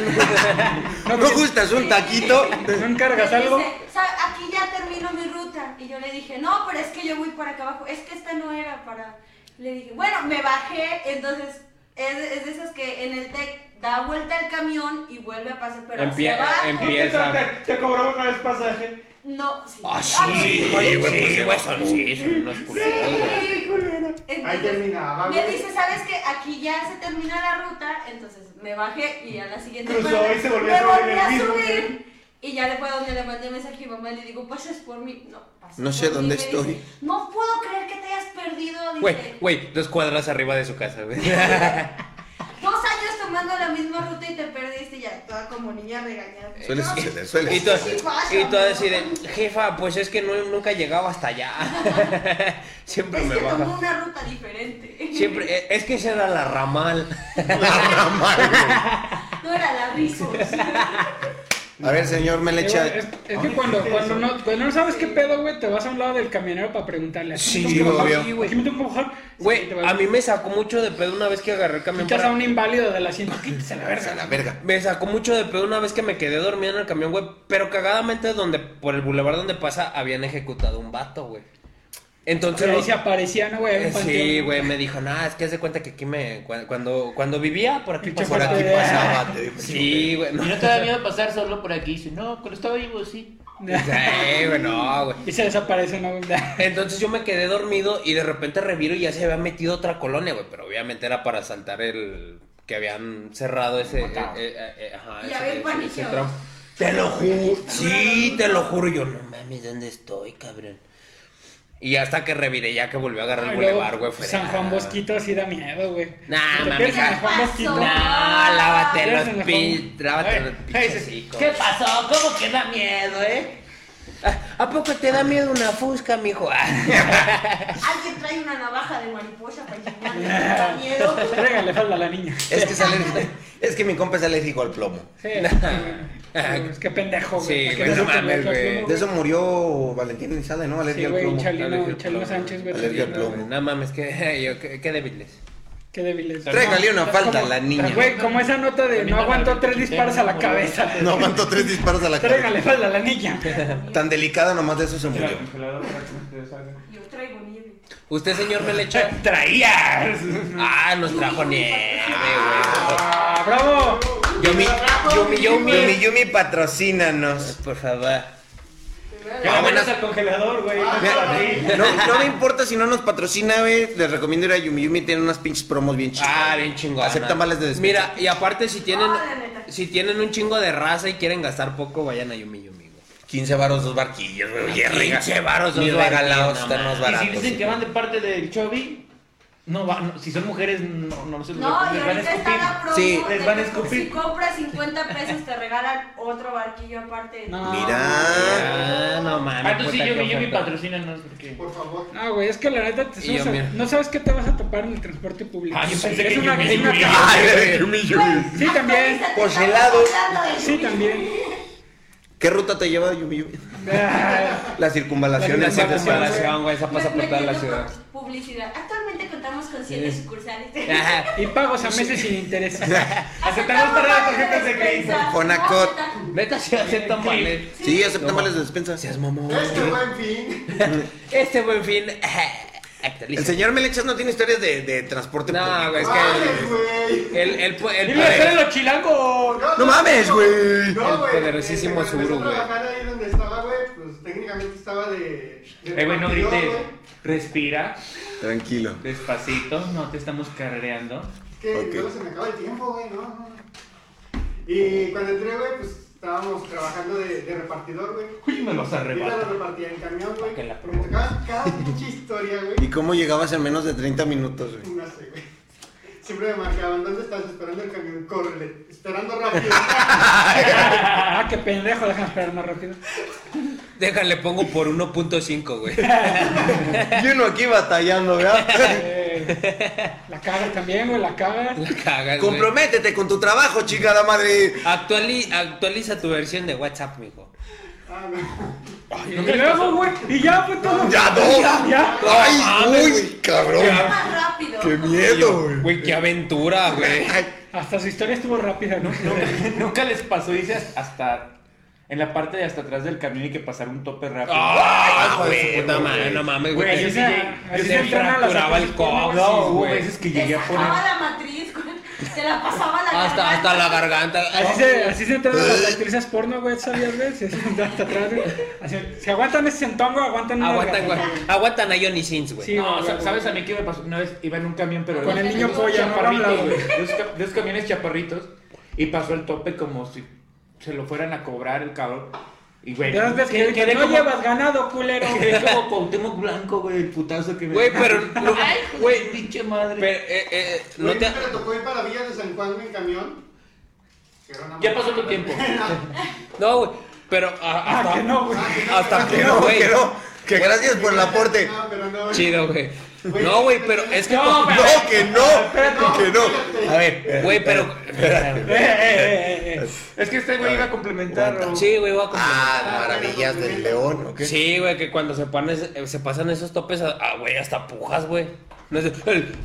Speaker 6: ¿No
Speaker 10: pues,
Speaker 6: gustas un taquito?
Speaker 8: ¿No encargas algo?
Speaker 10: Dice, "Sa- aquí ya termino mi ruta. Y yo le dije, no, pero es que yo voy para acá abajo. Es que esta no era para. Le dije, bueno, me bajé. Entonces, es, es de esas que en el TEC da vuelta el camión y vuelve a pasar, pero
Speaker 9: Empie-
Speaker 10: hacia abajo.
Speaker 9: empieza.
Speaker 7: Te cobró una vez pasaje.
Speaker 10: No, sí.
Speaker 9: Ah, sí,
Speaker 10: Ah,
Speaker 9: güey, sí, güey, son, sí, son unos culeros, güey.
Speaker 11: Ahí
Speaker 10: Entonces,
Speaker 11: terminaba,
Speaker 10: me
Speaker 11: güey.
Speaker 10: dice, ¿sabes qué? Aquí ya se termina la ruta, entonces me bajé y a la siguiente
Speaker 7: Cruzó
Speaker 10: cuadra
Speaker 7: y se volvió a subir
Speaker 10: me
Speaker 7: en
Speaker 10: volví
Speaker 7: el
Speaker 10: a
Speaker 7: mismo
Speaker 10: subir.
Speaker 7: nivel.
Speaker 10: Y ya le fue donde le mandé mensaje a mi mamá y le digo, pasas por mí. No, pasas
Speaker 6: No sé
Speaker 10: por
Speaker 6: dónde
Speaker 10: mí, me
Speaker 6: estoy.
Speaker 10: dice, no puedo creer que te hayas perdido.
Speaker 9: Güey,
Speaker 10: Dice,
Speaker 9: güey, dos cuadras arriba de su casa, güey.
Speaker 10: dos años tomando la misma ruta y te perdiste. Y ya, toda como niña regañada.
Speaker 6: Suele
Speaker 10: No,
Speaker 6: suceder, suele
Speaker 9: Y tú,
Speaker 10: Sí,
Speaker 6: suceder.
Speaker 10: pasa,
Speaker 9: y tú
Speaker 10: ¿no?
Speaker 9: así de, jefa, pues es que no- nunca llegaba hasta allá. Siempre
Speaker 10: Es
Speaker 9: me
Speaker 10: que tomó
Speaker 9: baja.
Speaker 10: una ruta diferente.
Speaker 9: Siempre, eh, es que esa era la ramal.
Speaker 10: No era la riso.
Speaker 6: A ver, señor Melecha.
Speaker 8: Eh, güey, es, es que cuando, cuando, no, cuando no sabes qué pedo, güey, te vas a un lado del camionero para preguntarle. "Aquí
Speaker 9: Sí,
Speaker 8: me tengo que bajar,
Speaker 6: obvio.
Speaker 8: Aquí me tengo que bajar. Sí,
Speaker 9: Güey,
Speaker 8: te va-
Speaker 9: a mí me sacó mucho de pedo una vez que agarré el camión.
Speaker 8: Quitas
Speaker 9: para-
Speaker 8: a un inválido del asiento, quítese la
Speaker 6: A
Speaker 8: verga.
Speaker 6: la verga.
Speaker 9: Me sacó mucho de pedo una vez que me quedé dormido en el camión, güey. Pero cagadamente donde, por el bulevar donde pasa, habían ejecutado un vato, güey. Entonces.
Speaker 8: Pero ahí
Speaker 9: los-
Speaker 8: se aparecía, ¿no, güey? Había
Speaker 9: Eh,
Speaker 8: un
Speaker 9: Sí,
Speaker 8: panteón.
Speaker 9: güey, me dijo, nada, es que haz de cuenta que aquí me. cu- Cuando, cuando vivía, por aquí
Speaker 8: Pinche
Speaker 9: pasaba.
Speaker 6: Por aquí
Speaker 8: Eh.
Speaker 6: pasaba, te dijo.
Speaker 9: Sí, güey. No.
Speaker 7: Y no te da miedo pasar solo por aquí. Dice, no, cuando estaba vivo, sí.
Speaker 9: Sí, güey, no, güey.
Speaker 8: Y se desaparece, ¿no? güey?
Speaker 9: Entonces yo me quedé dormido y de repente reviro y ya se había metido otra colonia, güey. Pero obviamente era para saltar el. que habían cerrado ese. eh, eh, eh, ajá,
Speaker 10: Y
Speaker 9: ese-
Speaker 10: había
Speaker 9: ese-
Speaker 10: pánico.
Speaker 9: ese tramo. Te lo juro. Sí, te lo juro. Yo, no mames, ¿dónde estoy, cabrón? Y hasta que reviré, ya que volvió a agarrar
Speaker 7: Ah,
Speaker 9: el
Speaker 8: Luego,
Speaker 9: bulevar, güey. fue de,
Speaker 8: San Juan
Speaker 9: ah.
Speaker 8: Bosquito sí da miedo, güey.
Speaker 9: Nah,
Speaker 8: Si te
Speaker 9: mami,
Speaker 8: pierdes en
Speaker 9: ja.
Speaker 8: San Juan Bosquito.
Speaker 10: Nah.
Speaker 9: No, lávate
Speaker 8: Eres
Speaker 9: los
Speaker 8: el
Speaker 9: pin, lávate
Speaker 7: Ay,
Speaker 9: los
Speaker 7: ay,
Speaker 9: pinches
Speaker 7: dices,
Speaker 9: hocicos.
Speaker 7: ¿Qué pasó? ¿Cómo que da miedo, eh?
Speaker 9: Ah, ¿A poco te da miedo una fusca, mijo?
Speaker 10: Alguien trae una navaja de mariposa para llenar me da miedo.
Speaker 8: Verga, le falta a la niña.
Speaker 6: Es que, es aler- es que mi compa es alérgico al plomo. Ah,
Speaker 8: Sí, Es que pendejo, güey. ¿Para
Speaker 9: Sí,
Speaker 8: qué
Speaker 9: güey, no
Speaker 8: le metes
Speaker 9: mames,
Speaker 8: el otro
Speaker 9: güey.
Speaker 8: plomo,
Speaker 6: De eso murió Valentín Elizalde, ¿no?
Speaker 8: Sí,
Speaker 6: Alergia al
Speaker 8: güey,
Speaker 6: plomo.
Speaker 8: Chalino, Chalino Sánchez, güey.
Speaker 6: Alergia al plomo.
Speaker 9: No mames, que yo, qué, qué débiles.
Speaker 8: Qué débil es.
Speaker 6: Tráigale una falda a la niña.
Speaker 8: Güey, como esa nota de no aguantó tres disparos a la cabeza.
Speaker 6: No aguantó tres disparos a la cabeza.
Speaker 8: Tráigale falda a la niña.
Speaker 6: Tan delicada nomás de eso se
Speaker 7: El
Speaker 6: murió.
Speaker 7: congelador para que no te salga.
Speaker 10: Yo traigo nieve.
Speaker 9: Usted, señor Melecha,
Speaker 7: Traías.
Speaker 9: ah, nos trajo nieve, güey.
Speaker 8: Ah, ¡Bravo!
Speaker 9: Yumi, yumi,
Speaker 6: Yumi
Speaker 9: yumi.
Speaker 6: Yumi, patrocínanos.
Speaker 9: Por favor.
Speaker 7: Que
Speaker 6: Ah,
Speaker 7: la
Speaker 6: buenas-
Speaker 7: metas al congelador, güey.
Speaker 9: Ah,
Speaker 7: no para ti.
Speaker 6: Mira, No, no me importa si no nos patrocina, güey. Les recomiendo ir a Yumi Yumi. Tienen unas pinches promos bien chidas.
Speaker 9: Ah, bien chingón.
Speaker 6: Aceptan vales de despensa.
Speaker 9: Mira, y aparte, si tienen,
Speaker 10: Ah, la neta.
Speaker 9: si tienen un chingo de raza y quieren gastar poco, vayan a Yumi Yumi, güey.
Speaker 6: 15 varos, dos barquillos, güey. Oye, rega-
Speaker 9: 15 varos, dos
Speaker 6: Ni
Speaker 9: barquillos,
Speaker 6: regalados,
Speaker 9: no
Speaker 6: están más
Speaker 9: mames.
Speaker 7: Y si
Speaker 6: baratos.
Speaker 7: dicen que van de parte del Chovy, no va, no, si son mujeres, no, no se los
Speaker 10: No, y
Speaker 7: les van a
Speaker 10: ahorita está
Speaker 7: escupir.
Speaker 10: la promo.
Speaker 6: Sí,
Speaker 10: de
Speaker 7: les van a
Speaker 10: que
Speaker 7: escupir.
Speaker 10: Si compras 50 pesos, te regalan otro barquillo aparte.
Speaker 8: No.
Speaker 6: Mira.
Speaker 9: Ah, no mames.
Speaker 7: Ah, tú sí,
Speaker 9: puta,
Speaker 7: yo
Speaker 9: qué
Speaker 7: mi, yo mi
Speaker 9: oferta.
Speaker 7: patrocínanos, porque...
Speaker 11: Por favor.
Speaker 8: No, güey, es que la neta te
Speaker 9: Y yo,
Speaker 8: subes a-
Speaker 9: mira.
Speaker 8: no sabes qué te vas a topar en el transporte público.
Speaker 7: Ah, yo
Speaker 8: Es
Speaker 7: pensé que
Speaker 8: una-
Speaker 7: Yumi
Speaker 8: es una
Speaker 7: Yumi.
Speaker 8: caja-
Speaker 6: Ay, de Yumi Yumi.
Speaker 8: Sí, también.
Speaker 6: Por si helado.
Speaker 8: Sí, también.
Speaker 6: ¿Qué ruta te lleva Yumi Yumi? la circunvalación.
Speaker 9: La
Speaker 6: del centro
Speaker 9: circunvalación, güey, esa pasa por toda la
Speaker 10: Metiendo
Speaker 9: ciudad.
Speaker 10: Publicidad. Actualmente contamos con siete
Speaker 9: Sí.
Speaker 10: sucursales.
Speaker 8: Y pagos a meses sin intereses.
Speaker 10: Aceptamos tarjetas tarjetas de crédito.
Speaker 6: Conacot.
Speaker 9: Neta, si aceptan vales.
Speaker 6: Sí, aceptan vales de despensa.
Speaker 9: Seas mamón.
Speaker 11: Este buen fin.
Speaker 9: Este buen fin.
Speaker 6: El señor Melechas no tiene historias de, de transporte
Speaker 9: No,
Speaker 6: público.
Speaker 9: güey, es
Speaker 11: Ay,
Speaker 9: que
Speaker 11: güey.
Speaker 9: el, el, el, el, el,
Speaker 7: ¡Y me salen los chilangos!
Speaker 6: No mames, güey.
Speaker 11: No, güey.
Speaker 9: poderosísimo
Speaker 11: Cuando
Speaker 9: Subaru,
Speaker 11: empecé a
Speaker 9: güey.
Speaker 11: trabajar ahí donde estaba, güey, pues técnicamente estaba de. de
Speaker 7: Eh, güey, no
Speaker 11: partidor,
Speaker 7: grites.
Speaker 11: güey.
Speaker 7: Respira,
Speaker 6: Tranquilo.
Speaker 7: despacito, no te estamos carreando.
Speaker 11: Que
Speaker 6: Ok.
Speaker 11: luego se me acaba el tiempo, güey, no, no. Y cuando entré, güey, pues estábamos trabajando de, de repartidor, güey.
Speaker 7: Uy, me los
Speaker 11: Yo la
Speaker 7: arrebato.
Speaker 11: repartía en camión, güey.
Speaker 9: Que la-
Speaker 11: Pero me tocaba cada pinche historia, güey.
Speaker 6: ¿Y cómo llegabas en menos de 30 minutos, güey?
Speaker 11: No sé, güey. Siempre me marcaban, ¿dónde estás? Esperando el camión, córrele. Esperando rápido.
Speaker 8: Ah, qué pendejo, déjame esperar más rápido.
Speaker 9: Déjale, pongo por 1.5, güey.
Speaker 6: Y uno aquí batallando, ¿verdad?
Speaker 8: Eh, la cagas también, güey, la cagas.
Speaker 9: La cagas, güey.
Speaker 6: Comprométete con tu trabajo, chingada madre.
Speaker 9: Actuali- actualiza tu versión de WhatsApp, mijo.
Speaker 11: ah, no.
Speaker 8: Y luego, güey, y ya, pues todo.
Speaker 6: Ya no.
Speaker 8: Ya.
Speaker 6: Ay, uy, cabrón.
Speaker 10: Más rápido.
Speaker 6: Qué miedo, güey.
Speaker 9: Güey, qué aventura, güey.
Speaker 8: Hasta su historia estuvo rápida, ¿no?
Speaker 7: Nunca les pasó, dices, hasta. En la parte de hasta atrás del camión hay que pasar un tope rápido.
Speaker 9: Ah, güey, puta madre, no mames, güey.
Speaker 7: Güey, yo
Speaker 9: Yo
Speaker 7: sí
Speaker 9: se
Speaker 7: llegué-
Speaker 8: así
Speaker 7: yo
Speaker 8: se
Speaker 7: sí
Speaker 8: entrenan las
Speaker 9: fracturaba el
Speaker 8: atletas.
Speaker 7: No,
Speaker 9: codo,
Speaker 7: hubo
Speaker 9: güey.
Speaker 7: veces que
Speaker 10: Te
Speaker 7: llegué a
Speaker 10: sacaba
Speaker 7: poner.
Speaker 10: la matriz, güey. Te la pasaba la
Speaker 9: Hasta,
Speaker 10: garganta.
Speaker 9: hasta la garganta.
Speaker 8: Así se, así se entrenan
Speaker 7: Eh.
Speaker 8: las actrices porno, güey, ¿sabías, güey? Si hasta atrás, güey. Así, si aguantan ese sentongo, aguantan una
Speaker 9: Aguantan,
Speaker 8: garganta,
Speaker 9: güey. Aguantan a Johnny Sins, güey.
Speaker 8: Sí,
Speaker 7: No,
Speaker 8: güey,
Speaker 7: sa-
Speaker 8: güey.
Speaker 7: ¿sabes a mí qué me pasó? Una vez iba en un camión, pero...
Speaker 8: Con
Speaker 7: de los
Speaker 8: el niño polla, no
Speaker 7: chaparritos,
Speaker 8: habla,
Speaker 7: güey.
Speaker 8: güey.
Speaker 7: De esos ca- de esos camiones chaparritos. Y pasó el tope como si se lo fueran a cobrar el cabrón. Y, güey...
Speaker 8: De esas veces
Speaker 7: quedé-
Speaker 8: que, que
Speaker 7: quedé
Speaker 8: no
Speaker 7: como-
Speaker 8: llevas ganado, culero.
Speaker 7: Quedé como Cuauhtémoc Blanco, güey, el putazo que me...
Speaker 9: Güey, pero. no-
Speaker 10: Ay,
Speaker 9: Güey,
Speaker 7: pinche madre.
Speaker 9: pero. eh, eh,
Speaker 11: Güey,
Speaker 9: no te.
Speaker 11: nunca le tocó ir para Villa de San Juan, güey, en camión. Que era una
Speaker 7: Ya
Speaker 11: mamada,
Speaker 7: pasó tu
Speaker 11: güey.
Speaker 7: tiempo.
Speaker 9: No, güey. Pero. ah, Hasta
Speaker 8: que no, güey.
Speaker 9: Hasta que
Speaker 6: Que
Speaker 9: no,
Speaker 6: no,
Speaker 9: güey.
Speaker 6: que no. Que gracias por el aporte.
Speaker 11: No, pero no, güey.
Speaker 9: Chido, güey. No, güey, pero es que.
Speaker 8: No,
Speaker 9: con-
Speaker 6: No, que no. Que no. A ver.
Speaker 9: Güey, pero.
Speaker 8: Eh, eh, eh, eh.
Speaker 7: Es que este güey iba a complementar. o-
Speaker 9: Sí, güey, voy a complementar.
Speaker 6: Ah, maravillas del león, ¿ok?
Speaker 9: Sí, güey, que cuando se, pones- eh, se pasan esos topes, ah, ah, güey, hasta pujas, güey. No es el-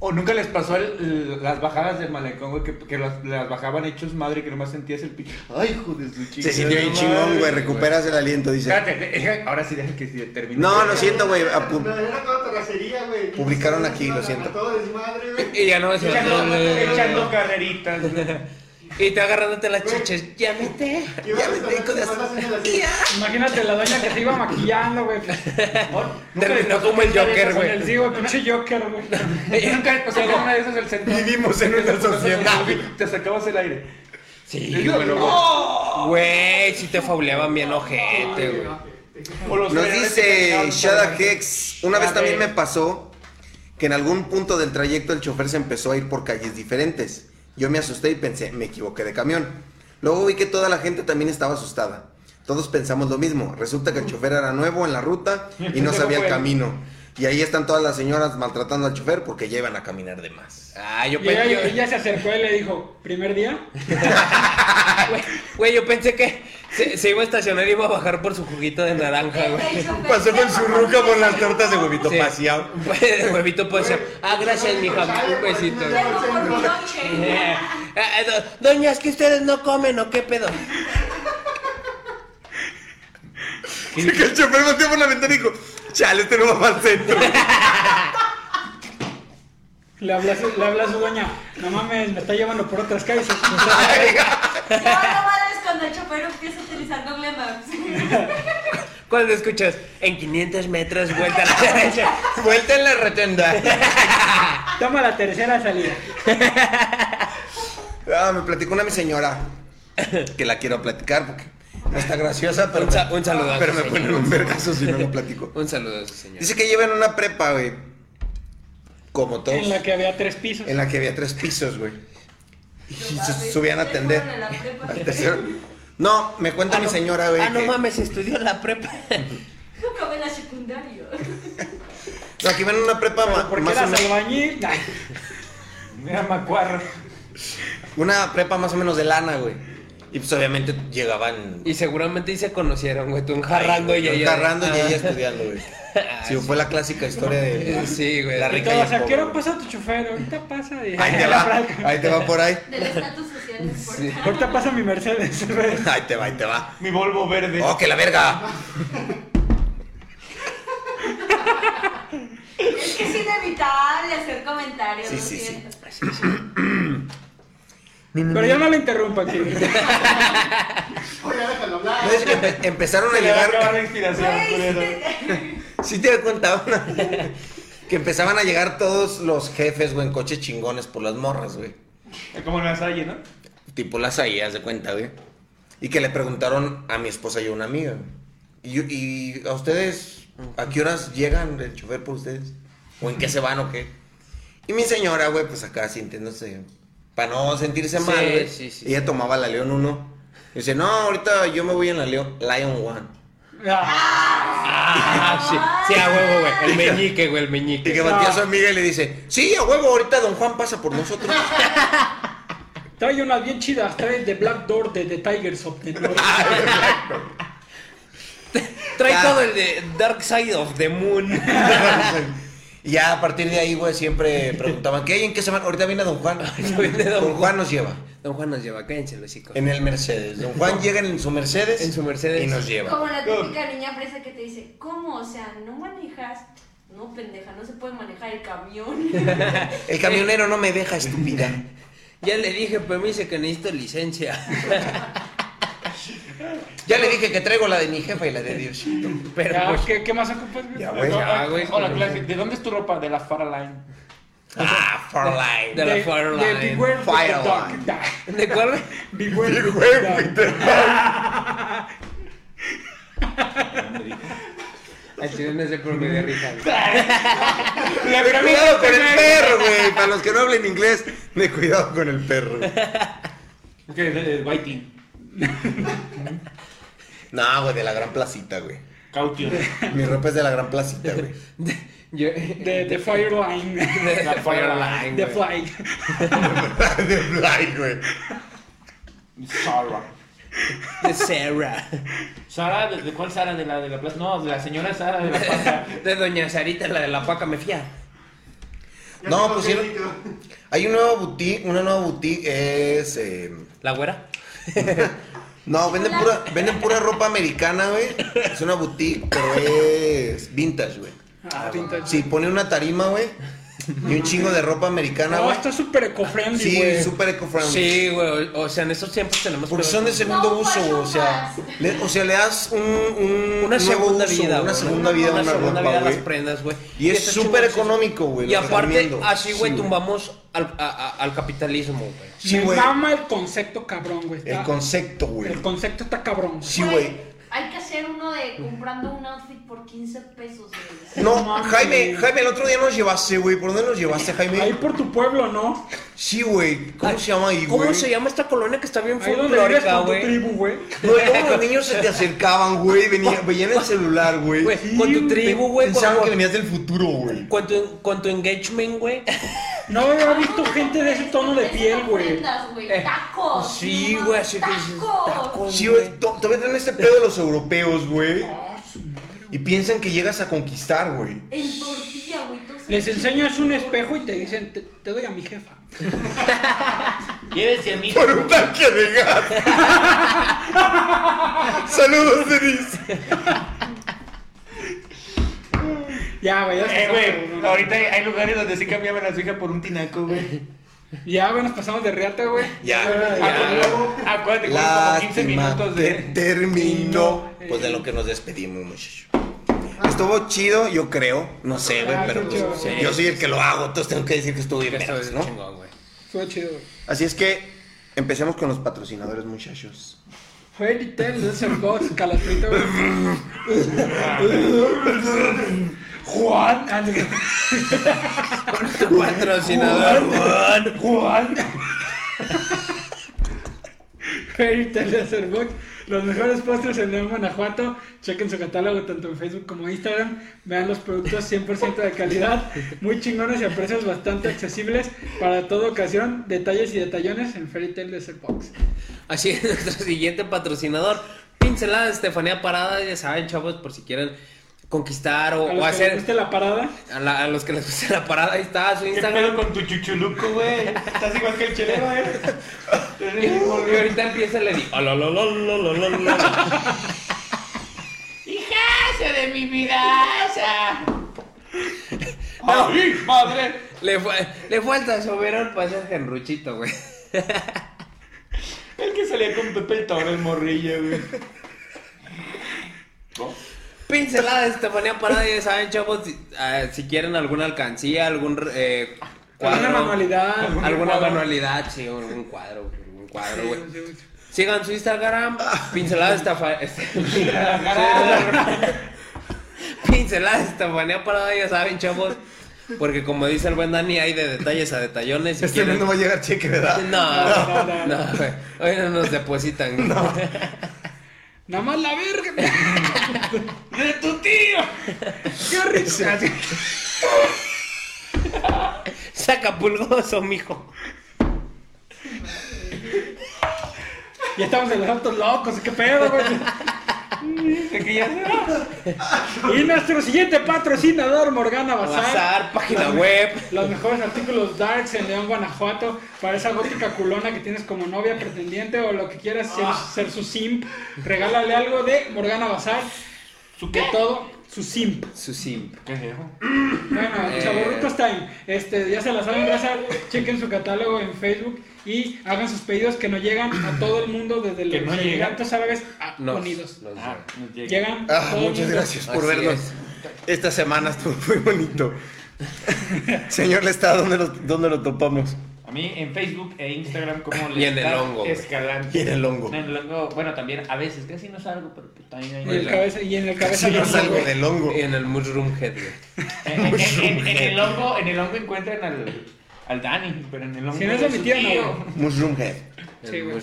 Speaker 7: O nunca les pasó el- el- las bajadas del malecón, güey, que, que las, las bajaban hechos madre que nomás sentías el pinche. Ay, hijo de su chingada
Speaker 6: Se sintió bien
Speaker 7: madre,
Speaker 6: chingón, güey. Recuperas el aliento, dice.
Speaker 7: Espérate, deja- ahora sí deja que se termine.
Speaker 6: No, lo siento, güey.
Speaker 11: No,
Speaker 6: apu-
Speaker 11: era toda terracería, güey.
Speaker 6: Publicaron aquí, lo
Speaker 11: A- a
Speaker 6: siento.
Speaker 11: Todo desmadre, güey.
Speaker 9: Y ya no se
Speaker 7: Echando, echando carreritas, güey.
Speaker 9: Y te agarrándote las chiches. Ya vete.
Speaker 11: Iba
Speaker 9: Ya
Speaker 11: a
Speaker 9: vete, hijo de
Speaker 11: restaurantes, nomás hacían así.
Speaker 9: Ya.
Speaker 8: Imagínate la doña que se iba maquillando, güey.
Speaker 7: Nunca les
Speaker 9: Terminó
Speaker 7: pasó
Speaker 9: como el
Speaker 7: que una de
Speaker 9: Joker,
Speaker 7: esas-
Speaker 8: Con el sí, güey, pinche Joker, güey.
Speaker 7: Nunca les pasó que una de esas el centro.
Speaker 6: Vivimos en una sociedad.
Speaker 7: Te sacabas el aire.
Speaker 9: Sí, güey. no. Güey, si te fauleaban bien ojete, güey.
Speaker 7: O los
Speaker 6: Nos
Speaker 7: trenes que
Speaker 6: dice
Speaker 7: caminaban
Speaker 6: Shada
Speaker 7: por-
Speaker 6: Hex, una vez también me pasó que en algún punto del trayecto el chofer se empezó a ir por calles diferentes. Yo me asusté y pensé, me equivoqué de camión. Luego vi que toda la gente también estaba asustada. Todos pensamos lo mismo. Resulta que el chofer era nuevo en la ruta y no sabía el camino. Y ahí están todas las señoras maltratando al chofer porque ya iban a caminar de más.
Speaker 9: Ah, yo
Speaker 8: Y ella,
Speaker 9: pensé.
Speaker 8: ella se acercó y le dijo, ¿primer día?
Speaker 9: Güey, Güey, yo pensé que se, se iba a estacionar y iba a bajar por su juguito de naranja, güey.
Speaker 6: Pasó con su ruca por las tortas de huevito
Speaker 9: Sí.
Speaker 6: paseado.
Speaker 9: Huevito pues. Ah, gracias, mija. Un besito.
Speaker 10: Vengo por mi
Speaker 9: Eh,
Speaker 10: noche.
Speaker 9: eh, do- Doña, es que ustedes no comen, ¿o qué pedo?
Speaker 6: Y que el chofer volteó por la ventana y dijo, chale, este no va para el centro.
Speaker 8: Le habla, a su- le habla a su doña, no mames, me está llevando por otras calles.
Speaker 10: No, no vales cuando el chofer empieza a utilizar doble maps.
Speaker 9: Cuando escuchas, en 500 metros, vuelta a la derecha, vuelta en la rotonda.
Speaker 8: Toma la tercera salida.
Speaker 6: Ah, me platicó una mi señora que la quiero platicar porque no está graciosa, pero
Speaker 9: Un sa- un saludazo,
Speaker 6: Pero me
Speaker 9: señor.
Speaker 6: ponen un vergazo si no lo platico.
Speaker 9: Un saludo a ese señor.
Speaker 6: Dice que lleva en una prepa, güey. Como todos.
Speaker 8: En la que había tres pisos.
Speaker 6: en la que había tres pisos, güey. Y se subían a atender. Al tercero. No, me cuenta mi señora, güey.
Speaker 9: Ah, no
Speaker 6: que-
Speaker 9: mames, estudió en la prepa.
Speaker 10: Nunca ve la secundaria.
Speaker 6: no, que iba en una prepa ma-
Speaker 8: Porque
Speaker 6: más o
Speaker 8: eras
Speaker 6: menos-
Speaker 8: albañil. Ay,
Speaker 7: Mira, macuarro.
Speaker 6: Una prepa más o menos de lana, güey.
Speaker 9: Y pues obviamente llegaban. Y seguramente ahí se conocieron, güey. Tú enjarrando y
Speaker 6: Yo
Speaker 9: ella.
Speaker 6: enjarrando y pues, ella
Speaker 9: Ah.
Speaker 6: estudiando, güey. Sí, fue la clásica historia de
Speaker 9: Sí, güey.
Speaker 6: la
Speaker 8: Y
Speaker 6: rica y
Speaker 8: todo,
Speaker 6: el
Speaker 8: o sea,
Speaker 6: pobre.
Speaker 8: ¿qué hora pasa tu chofer? Ahorita pasa. y-
Speaker 6: Ahí te va, ahí te va por ahí.
Speaker 10: Del estatus social. es por-
Speaker 8: Ahorita pasa mi Mercedes.
Speaker 6: Ahí te va, ahí te va.
Speaker 7: Mi Volvo verde.
Speaker 6: ¡Oh, que la verga!
Speaker 10: Es que es inevitable hacer comentarios.
Speaker 6: Sí,
Speaker 10: lo
Speaker 6: sí, sí.
Speaker 10: siento.
Speaker 8: Pero ya no le interrumpa, tío.
Speaker 6: No, es que empe- empezaron a llegar. Sí te contaba que empezaban a llegar todos los jefes, güey, en coches chingones por las morras, güey.
Speaker 7: Como en la salle, ¿no?
Speaker 6: Tipo las ahí, haz de cuenta, güey. Y que le preguntaron a mi esposa y a una amiga. Y, yo- y a ustedes, ¿a qué horas llegan el chofer por ustedes? ¿O en qué se van o qué? Y mi señora, güey, pues acá sintiéndose, para no sentirse
Speaker 9: Sí,
Speaker 6: mal, güey,
Speaker 9: sí, sí,
Speaker 6: ella tomaba la León 1. Y dice, no, ahorita yo me voy en la León, Lion 1.
Speaker 9: Ah, sí. Sí, a huevo, güey. El meñique, güey, el meñique.
Speaker 6: Y que voltea a su amiga y le dice, sí, a huevo, ahorita don Juan pasa por nosotros.
Speaker 8: Trae unas bien chidas, trae de Black Door de The Tigers of the North.
Speaker 9: Trae
Speaker 6: Ya.
Speaker 9: todo el de Dark Side of the Moon.
Speaker 6: y ya a partir de ahí, güey, siempre preguntaban, ¿qué hay? ¿En qué se van? Ahorita viene don Juan.
Speaker 9: Ahorita viene don
Speaker 6: don Juan nos lleva.
Speaker 9: Don Juan nos lleva, cállense los chicos.
Speaker 6: En el Mercedes. Don Juan llega en su Mercedes.
Speaker 9: En su Mercedes.
Speaker 6: Y nos lleva.
Speaker 10: Como la típica niña presa que te dice, ¿cómo? O sea, no manejas. No, pendeja, no se puede manejar el camión.
Speaker 6: El camionero no me deja, estúpida.
Speaker 9: Ya le dije, pero me dice que necesito licencia.
Speaker 6: Ya le dije que traigo la de mi jefa y la de Diosito.
Speaker 9: Pero
Speaker 8: Ya,
Speaker 9: pues,
Speaker 8: ¿qué, qué más ocupas, güey?
Speaker 6: Ya, güey.
Speaker 9: Ya, güey.
Speaker 7: Hola, clase. ¿De dónde es tu ropa? De la Faraline.
Speaker 6: Ah, Farline.
Speaker 9: de la
Speaker 8: De
Speaker 9: Fireline.
Speaker 8: Beware of the
Speaker 6: Fireline.
Speaker 8: Dark. Da.
Speaker 9: ¿De cuál?
Speaker 8: Beware of the Dark.
Speaker 9: Al chile no sé por qué me dio risa. güey.
Speaker 6: De cuidado con el perro, güey. Para los que no hablen inglés, de cuidado con el perro.
Speaker 7: Ok, de, de Biting.
Speaker 6: No, güey, de la gran placita, güey.
Speaker 7: Caution.
Speaker 6: Mi ropa es de la gran placita, güey.
Speaker 9: Yo-
Speaker 8: De The Fireline.
Speaker 9: de la Fireline.
Speaker 8: The
Speaker 9: güey.
Speaker 8: Fly.
Speaker 6: de Fly, güey.
Speaker 7: Sara.
Speaker 9: De Sarah.
Speaker 7: Sara, ¿de, de cuál Sara? De la de la plaza. No, de la señora Sara de la plaza.
Speaker 9: De Doña Sarita, la de la paca me fía.
Speaker 6: No, pusieron. Hay un nuevo boutique, una nueva boutique es. eh,
Speaker 9: ¿La güera?
Speaker 6: No, venden pura, venden pura ropa americana, güey. Es una boutique, pero es vintage, güey.
Speaker 8: Ah, vintage.
Speaker 6: Sí, pone una tarima, güey. Y un chingo de ropa americana,
Speaker 8: No,
Speaker 6: güey.
Speaker 8: está súper eco-friendly, güey.
Speaker 6: Sí, súper eco-friendly.
Speaker 9: Sí, güey. O o sea, en esos tiempos tenemos
Speaker 6: Porque son de segundo
Speaker 10: No,
Speaker 6: uso, güey, o sea,
Speaker 10: guayabas.
Speaker 6: le, o sea, le das un, un
Speaker 9: una
Speaker 6: nuevo
Speaker 9: segunda
Speaker 6: uso,
Speaker 9: vida,
Speaker 6: una
Speaker 9: güey.
Speaker 6: segunda vida, a una, ropa,
Speaker 9: segunda vida a las
Speaker 6: güey.
Speaker 9: prendas, güey. este
Speaker 6: Y es
Speaker 9: está
Speaker 6: súper
Speaker 9: chingón, sí.
Speaker 6: económico, güey,
Speaker 9: Y
Speaker 6: lo
Speaker 9: aparte,
Speaker 6: recomiendo.
Speaker 9: así,
Speaker 6: Sí,
Speaker 9: güey,
Speaker 6: güey.
Speaker 9: tumbamos al, a- a- al capitalismo, güey.
Speaker 6: Sí,
Speaker 8: Me
Speaker 6: güey.
Speaker 8: mama el concepto cabrón, güey.
Speaker 6: El
Speaker 8: Está-
Speaker 6: concepto, güey.
Speaker 8: el concepto está cabrón.
Speaker 6: Sí, güey.
Speaker 10: Hay que hacer uno de comprando un outfit por 15 pesos, güey.
Speaker 6: No,
Speaker 8: mames.
Speaker 6: Jaime, Jaime, el otro día nos llevaste, güey. ¿Por dónde nos llevaste,
Speaker 8: Ahí
Speaker 6: Jaime?
Speaker 8: por tu pueblo, ¿no?
Speaker 6: Sí, güey. ¿Cómo
Speaker 9: Ay,
Speaker 6: se llama ahí, güey?
Speaker 9: ¿Cómo se llama esta colonia que está bien
Speaker 8: Ahí donde vives
Speaker 9: folclórica,
Speaker 8: con tu
Speaker 9: güey?
Speaker 8: tribu, güey.
Speaker 6: No, y cómo los niños se te acercaban, güey. venía- Veían el celular, güey.
Speaker 9: Güey, con tu tribu, güey. con-
Speaker 6: Pensaban que
Speaker 9: Con,
Speaker 6: venías del futuro, güey.
Speaker 9: con tu, con tu engagement, güey.
Speaker 8: No había visto gente de ese tono de piel, güey.
Speaker 10: Ofrendas, güey.
Speaker 9: Eh,
Speaker 10: Tacos.
Speaker 9: Sí,
Speaker 10: no
Speaker 9: güey,
Speaker 10: mames,
Speaker 9: así que dices,
Speaker 10: Tacos.
Speaker 9: tacos,
Speaker 6: Sí, güey. to- Todavía tienen este pedo de los europeos, güey. Y piensan que llegas a conquistar, güey.
Speaker 10: En tortilla, güey. todos-
Speaker 8: Les enseñas un espejo y te dicen, te, te doy a mi jefa.
Speaker 7: Llévese a mí.
Speaker 6: Por un tanque de gas. Saludos, Denis.
Speaker 8: Ya, güey, ya
Speaker 7: Eh,
Speaker 8: nos pasamos,
Speaker 7: güey.
Speaker 8: ¿no?
Speaker 7: Ahorita hay- hay lugares donde sí cambiaban a su hija por un tinaco, güey.
Speaker 8: Ya, güey, nos pasamos de riata, güey. Ah,
Speaker 6: Ya.
Speaker 7: Acu- Acuérdate, güey, como 15
Speaker 6: Lástima
Speaker 7: minutos
Speaker 6: que
Speaker 7: de.
Speaker 6: terminó. Pues de lo que nos despedimos, muchachos. Estuvo chido, yo creo. No sé, güey,
Speaker 8: Ah,
Speaker 6: pero
Speaker 8: qué
Speaker 6: pues,
Speaker 8: chido.
Speaker 6: sí, yo soy el que lo hago, entonces tengo que decir que estuvo bien, vergas, ¿no?
Speaker 9: chingón, güey.
Speaker 8: Estuvo chido, güey.
Speaker 6: Así es que empecemos con los patrocinadores, muchachos.
Speaker 8: Fue Little Desert Box, calatrito, güey.
Speaker 7: Juan.
Speaker 9: Tu patrocinador.
Speaker 7: Juan.
Speaker 8: Fairy Tale Desert Box, los mejores postres en León, Guanajuato. Chequen su catálogo tanto en Facebook como Instagram. Vean los productos 100% de calidad, muy chingones y a precios bastante accesibles para toda ocasión. Detalles y detallones en Fairy Tale Desert Box.
Speaker 9: Así es, nuestro siguiente patrocinador, Pincelada de Estefanía Parada. Ya saben, chavos, por si quieren conquistar
Speaker 8: A
Speaker 9: o, o
Speaker 8: los que les
Speaker 9: hacer.
Speaker 8: guste la parada.
Speaker 9: A, la- a los que les guste la parada, ahí está su Instagram. con tu chuchuluco, güey? Estás igual que el chelero, eh. y ahorita empieza el Eddie. Alalalalalalalala.
Speaker 12: ¡Hijaza de mi vidaza!
Speaker 9: ¡Ay, madre! Le, fue- le falta soberón para ser genruchito, güey.
Speaker 7: El que salía con Pepe el Toro, el morrillo, güey.
Speaker 9: Pincelada de Estefanía Parada, ya saben, chavos, si, ah, si quieren alguna alcancía, algún eh, cuadro.
Speaker 8: Alguna manualidad. Algún
Speaker 9: Alguna
Speaker 8: cuadro.
Speaker 9: manualidad, sí, algún cuadro, algún cuadro, güey. Sigan su Instagram, Pincelada de Estafa- este- Pincelada de Estefanía Parada, ya saben, chavos. Porque como dice el buen Dani, hay de detalles a detallones. Si
Speaker 6: Este mes no va a llegar cheque, ¿verdad?
Speaker 9: No, no, no, güey. Hoy no nos depositan.
Speaker 8: Nada más la verga.
Speaker 12: ¡De tu tío! ¡Qué rico!
Speaker 9: Saca pulgoso, mijo.
Speaker 8: Ya estamos en los autos locos, qué pedo, güey. Y nuestro siguiente patrocinador, Morgana Bazar.
Speaker 9: Bazar, página web.
Speaker 8: Los mejores artículos darks en León, Guanajuato. Para esa gótica culona que tienes como novia, pretendiente o lo que quieras ser,
Speaker 12: Ah.
Speaker 8: ser su simp. Regálale algo de Morgana Bazar. ¿Su De todo, su simp.
Speaker 9: Su simp.
Speaker 8: Bueno,
Speaker 9: Eh.
Speaker 8: chavorrucos time. Este, ya se la saben, raza. Chequen su catálogo en Facebook y hagan sus pedidos que no llegan a todo el mundo desde
Speaker 7: Que
Speaker 8: los
Speaker 7: no llegan.
Speaker 8: Emiratos Árabes a
Speaker 9: Nos-
Speaker 8: Unidos.
Speaker 9: nos
Speaker 8: Ah, Llegan.
Speaker 7: llegan.
Speaker 6: Ah,
Speaker 8: todo el
Speaker 6: muchas
Speaker 8: mundo.
Speaker 6: gracias por
Speaker 9: Así
Speaker 6: vernos. Esta semana estuvo muy bonito. Señor Lestat, ¿dónde lo, dónde lo topamos?
Speaker 7: A mí en Facebook e Instagram como
Speaker 6: Y en el
Speaker 7: Lestat
Speaker 6: hongo, güey.
Speaker 7: Escalante.
Speaker 6: Y en el hongo.
Speaker 7: En el hongo, bueno, también a veces, casi no salgo, pero pues también hay...
Speaker 8: Y, el cabeza, y en el cabeza
Speaker 6: Si no
Speaker 8: del mundo,
Speaker 6: salgo
Speaker 8: güey.
Speaker 6: del hongo.
Speaker 9: Y en el Mushroom Head, güey.
Speaker 7: En, en- en- en el hongo, en el hongo encuentran al, al Dani, pero en el hongo...
Speaker 8: Si no es de mi
Speaker 7: su
Speaker 8: tía, no,
Speaker 7: tío.
Speaker 8: güey.
Speaker 6: Mushroom Head.
Speaker 8: Sí, güey.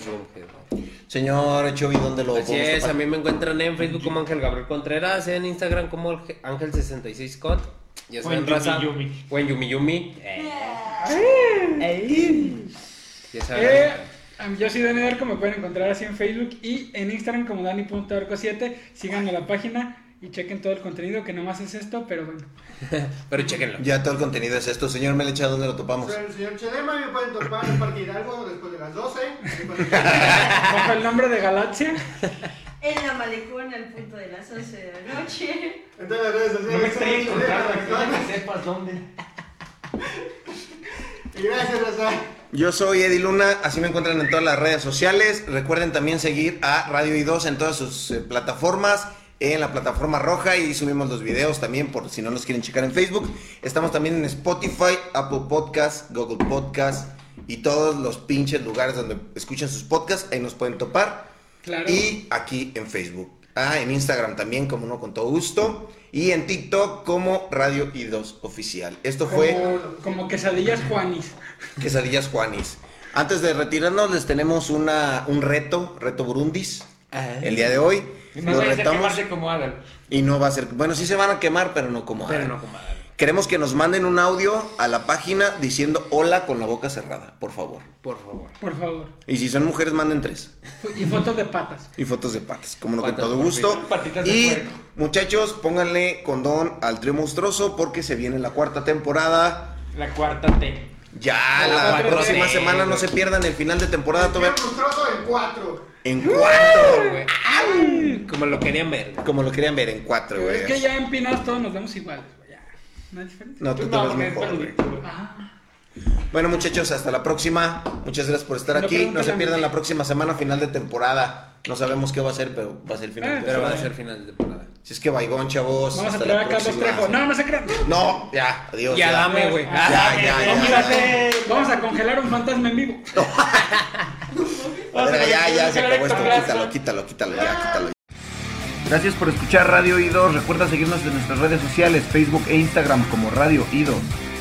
Speaker 6: Señor Chovy, ¿dónde lo
Speaker 9: Así
Speaker 6: podemos
Speaker 9: es,
Speaker 6: topar?
Speaker 9: a mí me encuentran en Facebook como Ángel Gabriel Contreras, en Instagram como Ángel66Cot. Ya
Speaker 7: O en
Speaker 9: saben, raza.
Speaker 7: Yumi
Speaker 9: O en Yumi Yumi. Ya saben.
Speaker 8: Eh, yo soy Dani Darko, me pueden encontrar así en Facebook y en Instagram como Dani.arco7. Síganme a la página y chequen todo el contenido, que nomás es esto, pero bueno.
Speaker 9: Pero chequenlo.
Speaker 6: Ya todo el contenido es esto. Señor Melecha, ¿dónde lo topamos?
Speaker 11: Soy el señor Chedema y me pueden topar en Parque Hidalgo después de las 12.
Speaker 8: Bajo el nombre de Galaxia.
Speaker 10: En la malecón al punto de las 11 de la noche.
Speaker 11: Entonces las redes
Speaker 7: No me
Speaker 11: sociales.
Speaker 7: extraña
Speaker 11: son
Speaker 7: encontrarlo,
Speaker 11: Chedema,
Speaker 7: que sepas dónde.
Speaker 11: Y gracias, Raza.
Speaker 6: Yo soy Eddie Luna, así me encuentran en todas las redes sociales. Recuerden también seguir a Radio I2 en todas sus eh, plataformas, en la plataforma roja y subimos los videos también por si no los quieren checar en Facebook. Estamos también en Spotify, Apple Podcast, Google Podcast y todos los pinches lugares donde escuchan sus podcasts, ahí nos pueden topar.
Speaker 8: Claro.
Speaker 6: Y aquí en Facebook. Ah, en Instagram también, como no, con todo gusto. Y en TikTok como Radio I2 Oficial. Esto fue...
Speaker 8: Como, como quesadillas Juanis.
Speaker 6: Quesadillas Juanis. Antes de retirarnos, les tenemos una, un reto, reto Burundis, el día de hoy.
Speaker 7: Ah. No
Speaker 6: Nos
Speaker 7: vaya a ser
Speaker 6: retamos
Speaker 7: quemarse como Adal.
Speaker 6: y no va a ser. Bueno, sí se van a quemar, pero no como
Speaker 7: Pero
Speaker 6: Adal.
Speaker 7: no como Adal.
Speaker 6: Queremos que nos manden un audio a la página diciendo hola con la boca cerrada, por favor.
Speaker 9: Por favor.
Speaker 8: Por favor.
Speaker 6: Y si son mujeres, manden tres.
Speaker 8: Y fotos de patas.
Speaker 6: Y fotos de patas, como no, con
Speaker 9: Patas
Speaker 6: todo
Speaker 9: por
Speaker 6: gusto.
Speaker 9: fin. Patitas de
Speaker 6: Y
Speaker 9: puerco.
Speaker 6: muchachos, pónganle condón al trío monstruoso porque se viene la cuarta temporada.
Speaker 7: La cuarta T.
Speaker 6: Ya,
Speaker 7: La
Speaker 6: la,
Speaker 7: cuarta
Speaker 6: próxima
Speaker 7: T.
Speaker 6: semana no se pierdan el final de temporada todavía.
Speaker 11: Monstruoso en 4.
Speaker 6: En cuatro, güey.
Speaker 9: Como lo querían ver.
Speaker 6: Como lo querían ver, en cuatro,
Speaker 8: Pero
Speaker 6: güey.
Speaker 8: es que ya en Pinas todos nos vemos igual. Ya. No hay diferencia.
Speaker 6: No, tú te
Speaker 7: No,
Speaker 6: ves
Speaker 7: porque es
Speaker 6: mejor, güey.
Speaker 7: peludito, güey.
Speaker 8: Ajá.
Speaker 6: Bueno, muchachos, hasta la próxima. Muchas gracias por estar
Speaker 8: No
Speaker 6: aquí. No se
Speaker 8: pregúntale a
Speaker 6: pierdan
Speaker 8: mí.
Speaker 6: la próxima semana, final de temporada. No sabemos qué va a ser, pero va a ser el final
Speaker 8: Eh,
Speaker 6: de
Speaker 9: Pero va a
Speaker 6: temporada.
Speaker 9: ser final de temporada.
Speaker 6: Si es que vaigón, chavos.
Speaker 8: Vamos a
Speaker 6: hasta
Speaker 8: traer
Speaker 6: la
Speaker 8: a Carlos
Speaker 6: próxima.
Speaker 8: Trejo. No, no se crean.
Speaker 6: No, ya, adiós.
Speaker 9: Ya dame, güey.
Speaker 6: Ya, ya, ya.
Speaker 8: Vamos a,
Speaker 6: ya.
Speaker 8: hacer- vamos a congelar un fantasma en vivo.
Speaker 6: Espera, ya, ya, se acabó esto. Quítalo, quítalo, quítalo, ya, quítalo. Gracias por escuchar Radio I2. Recuerda seguirnos en nuestras redes sociales, Facebook e Instagram como Radio I2.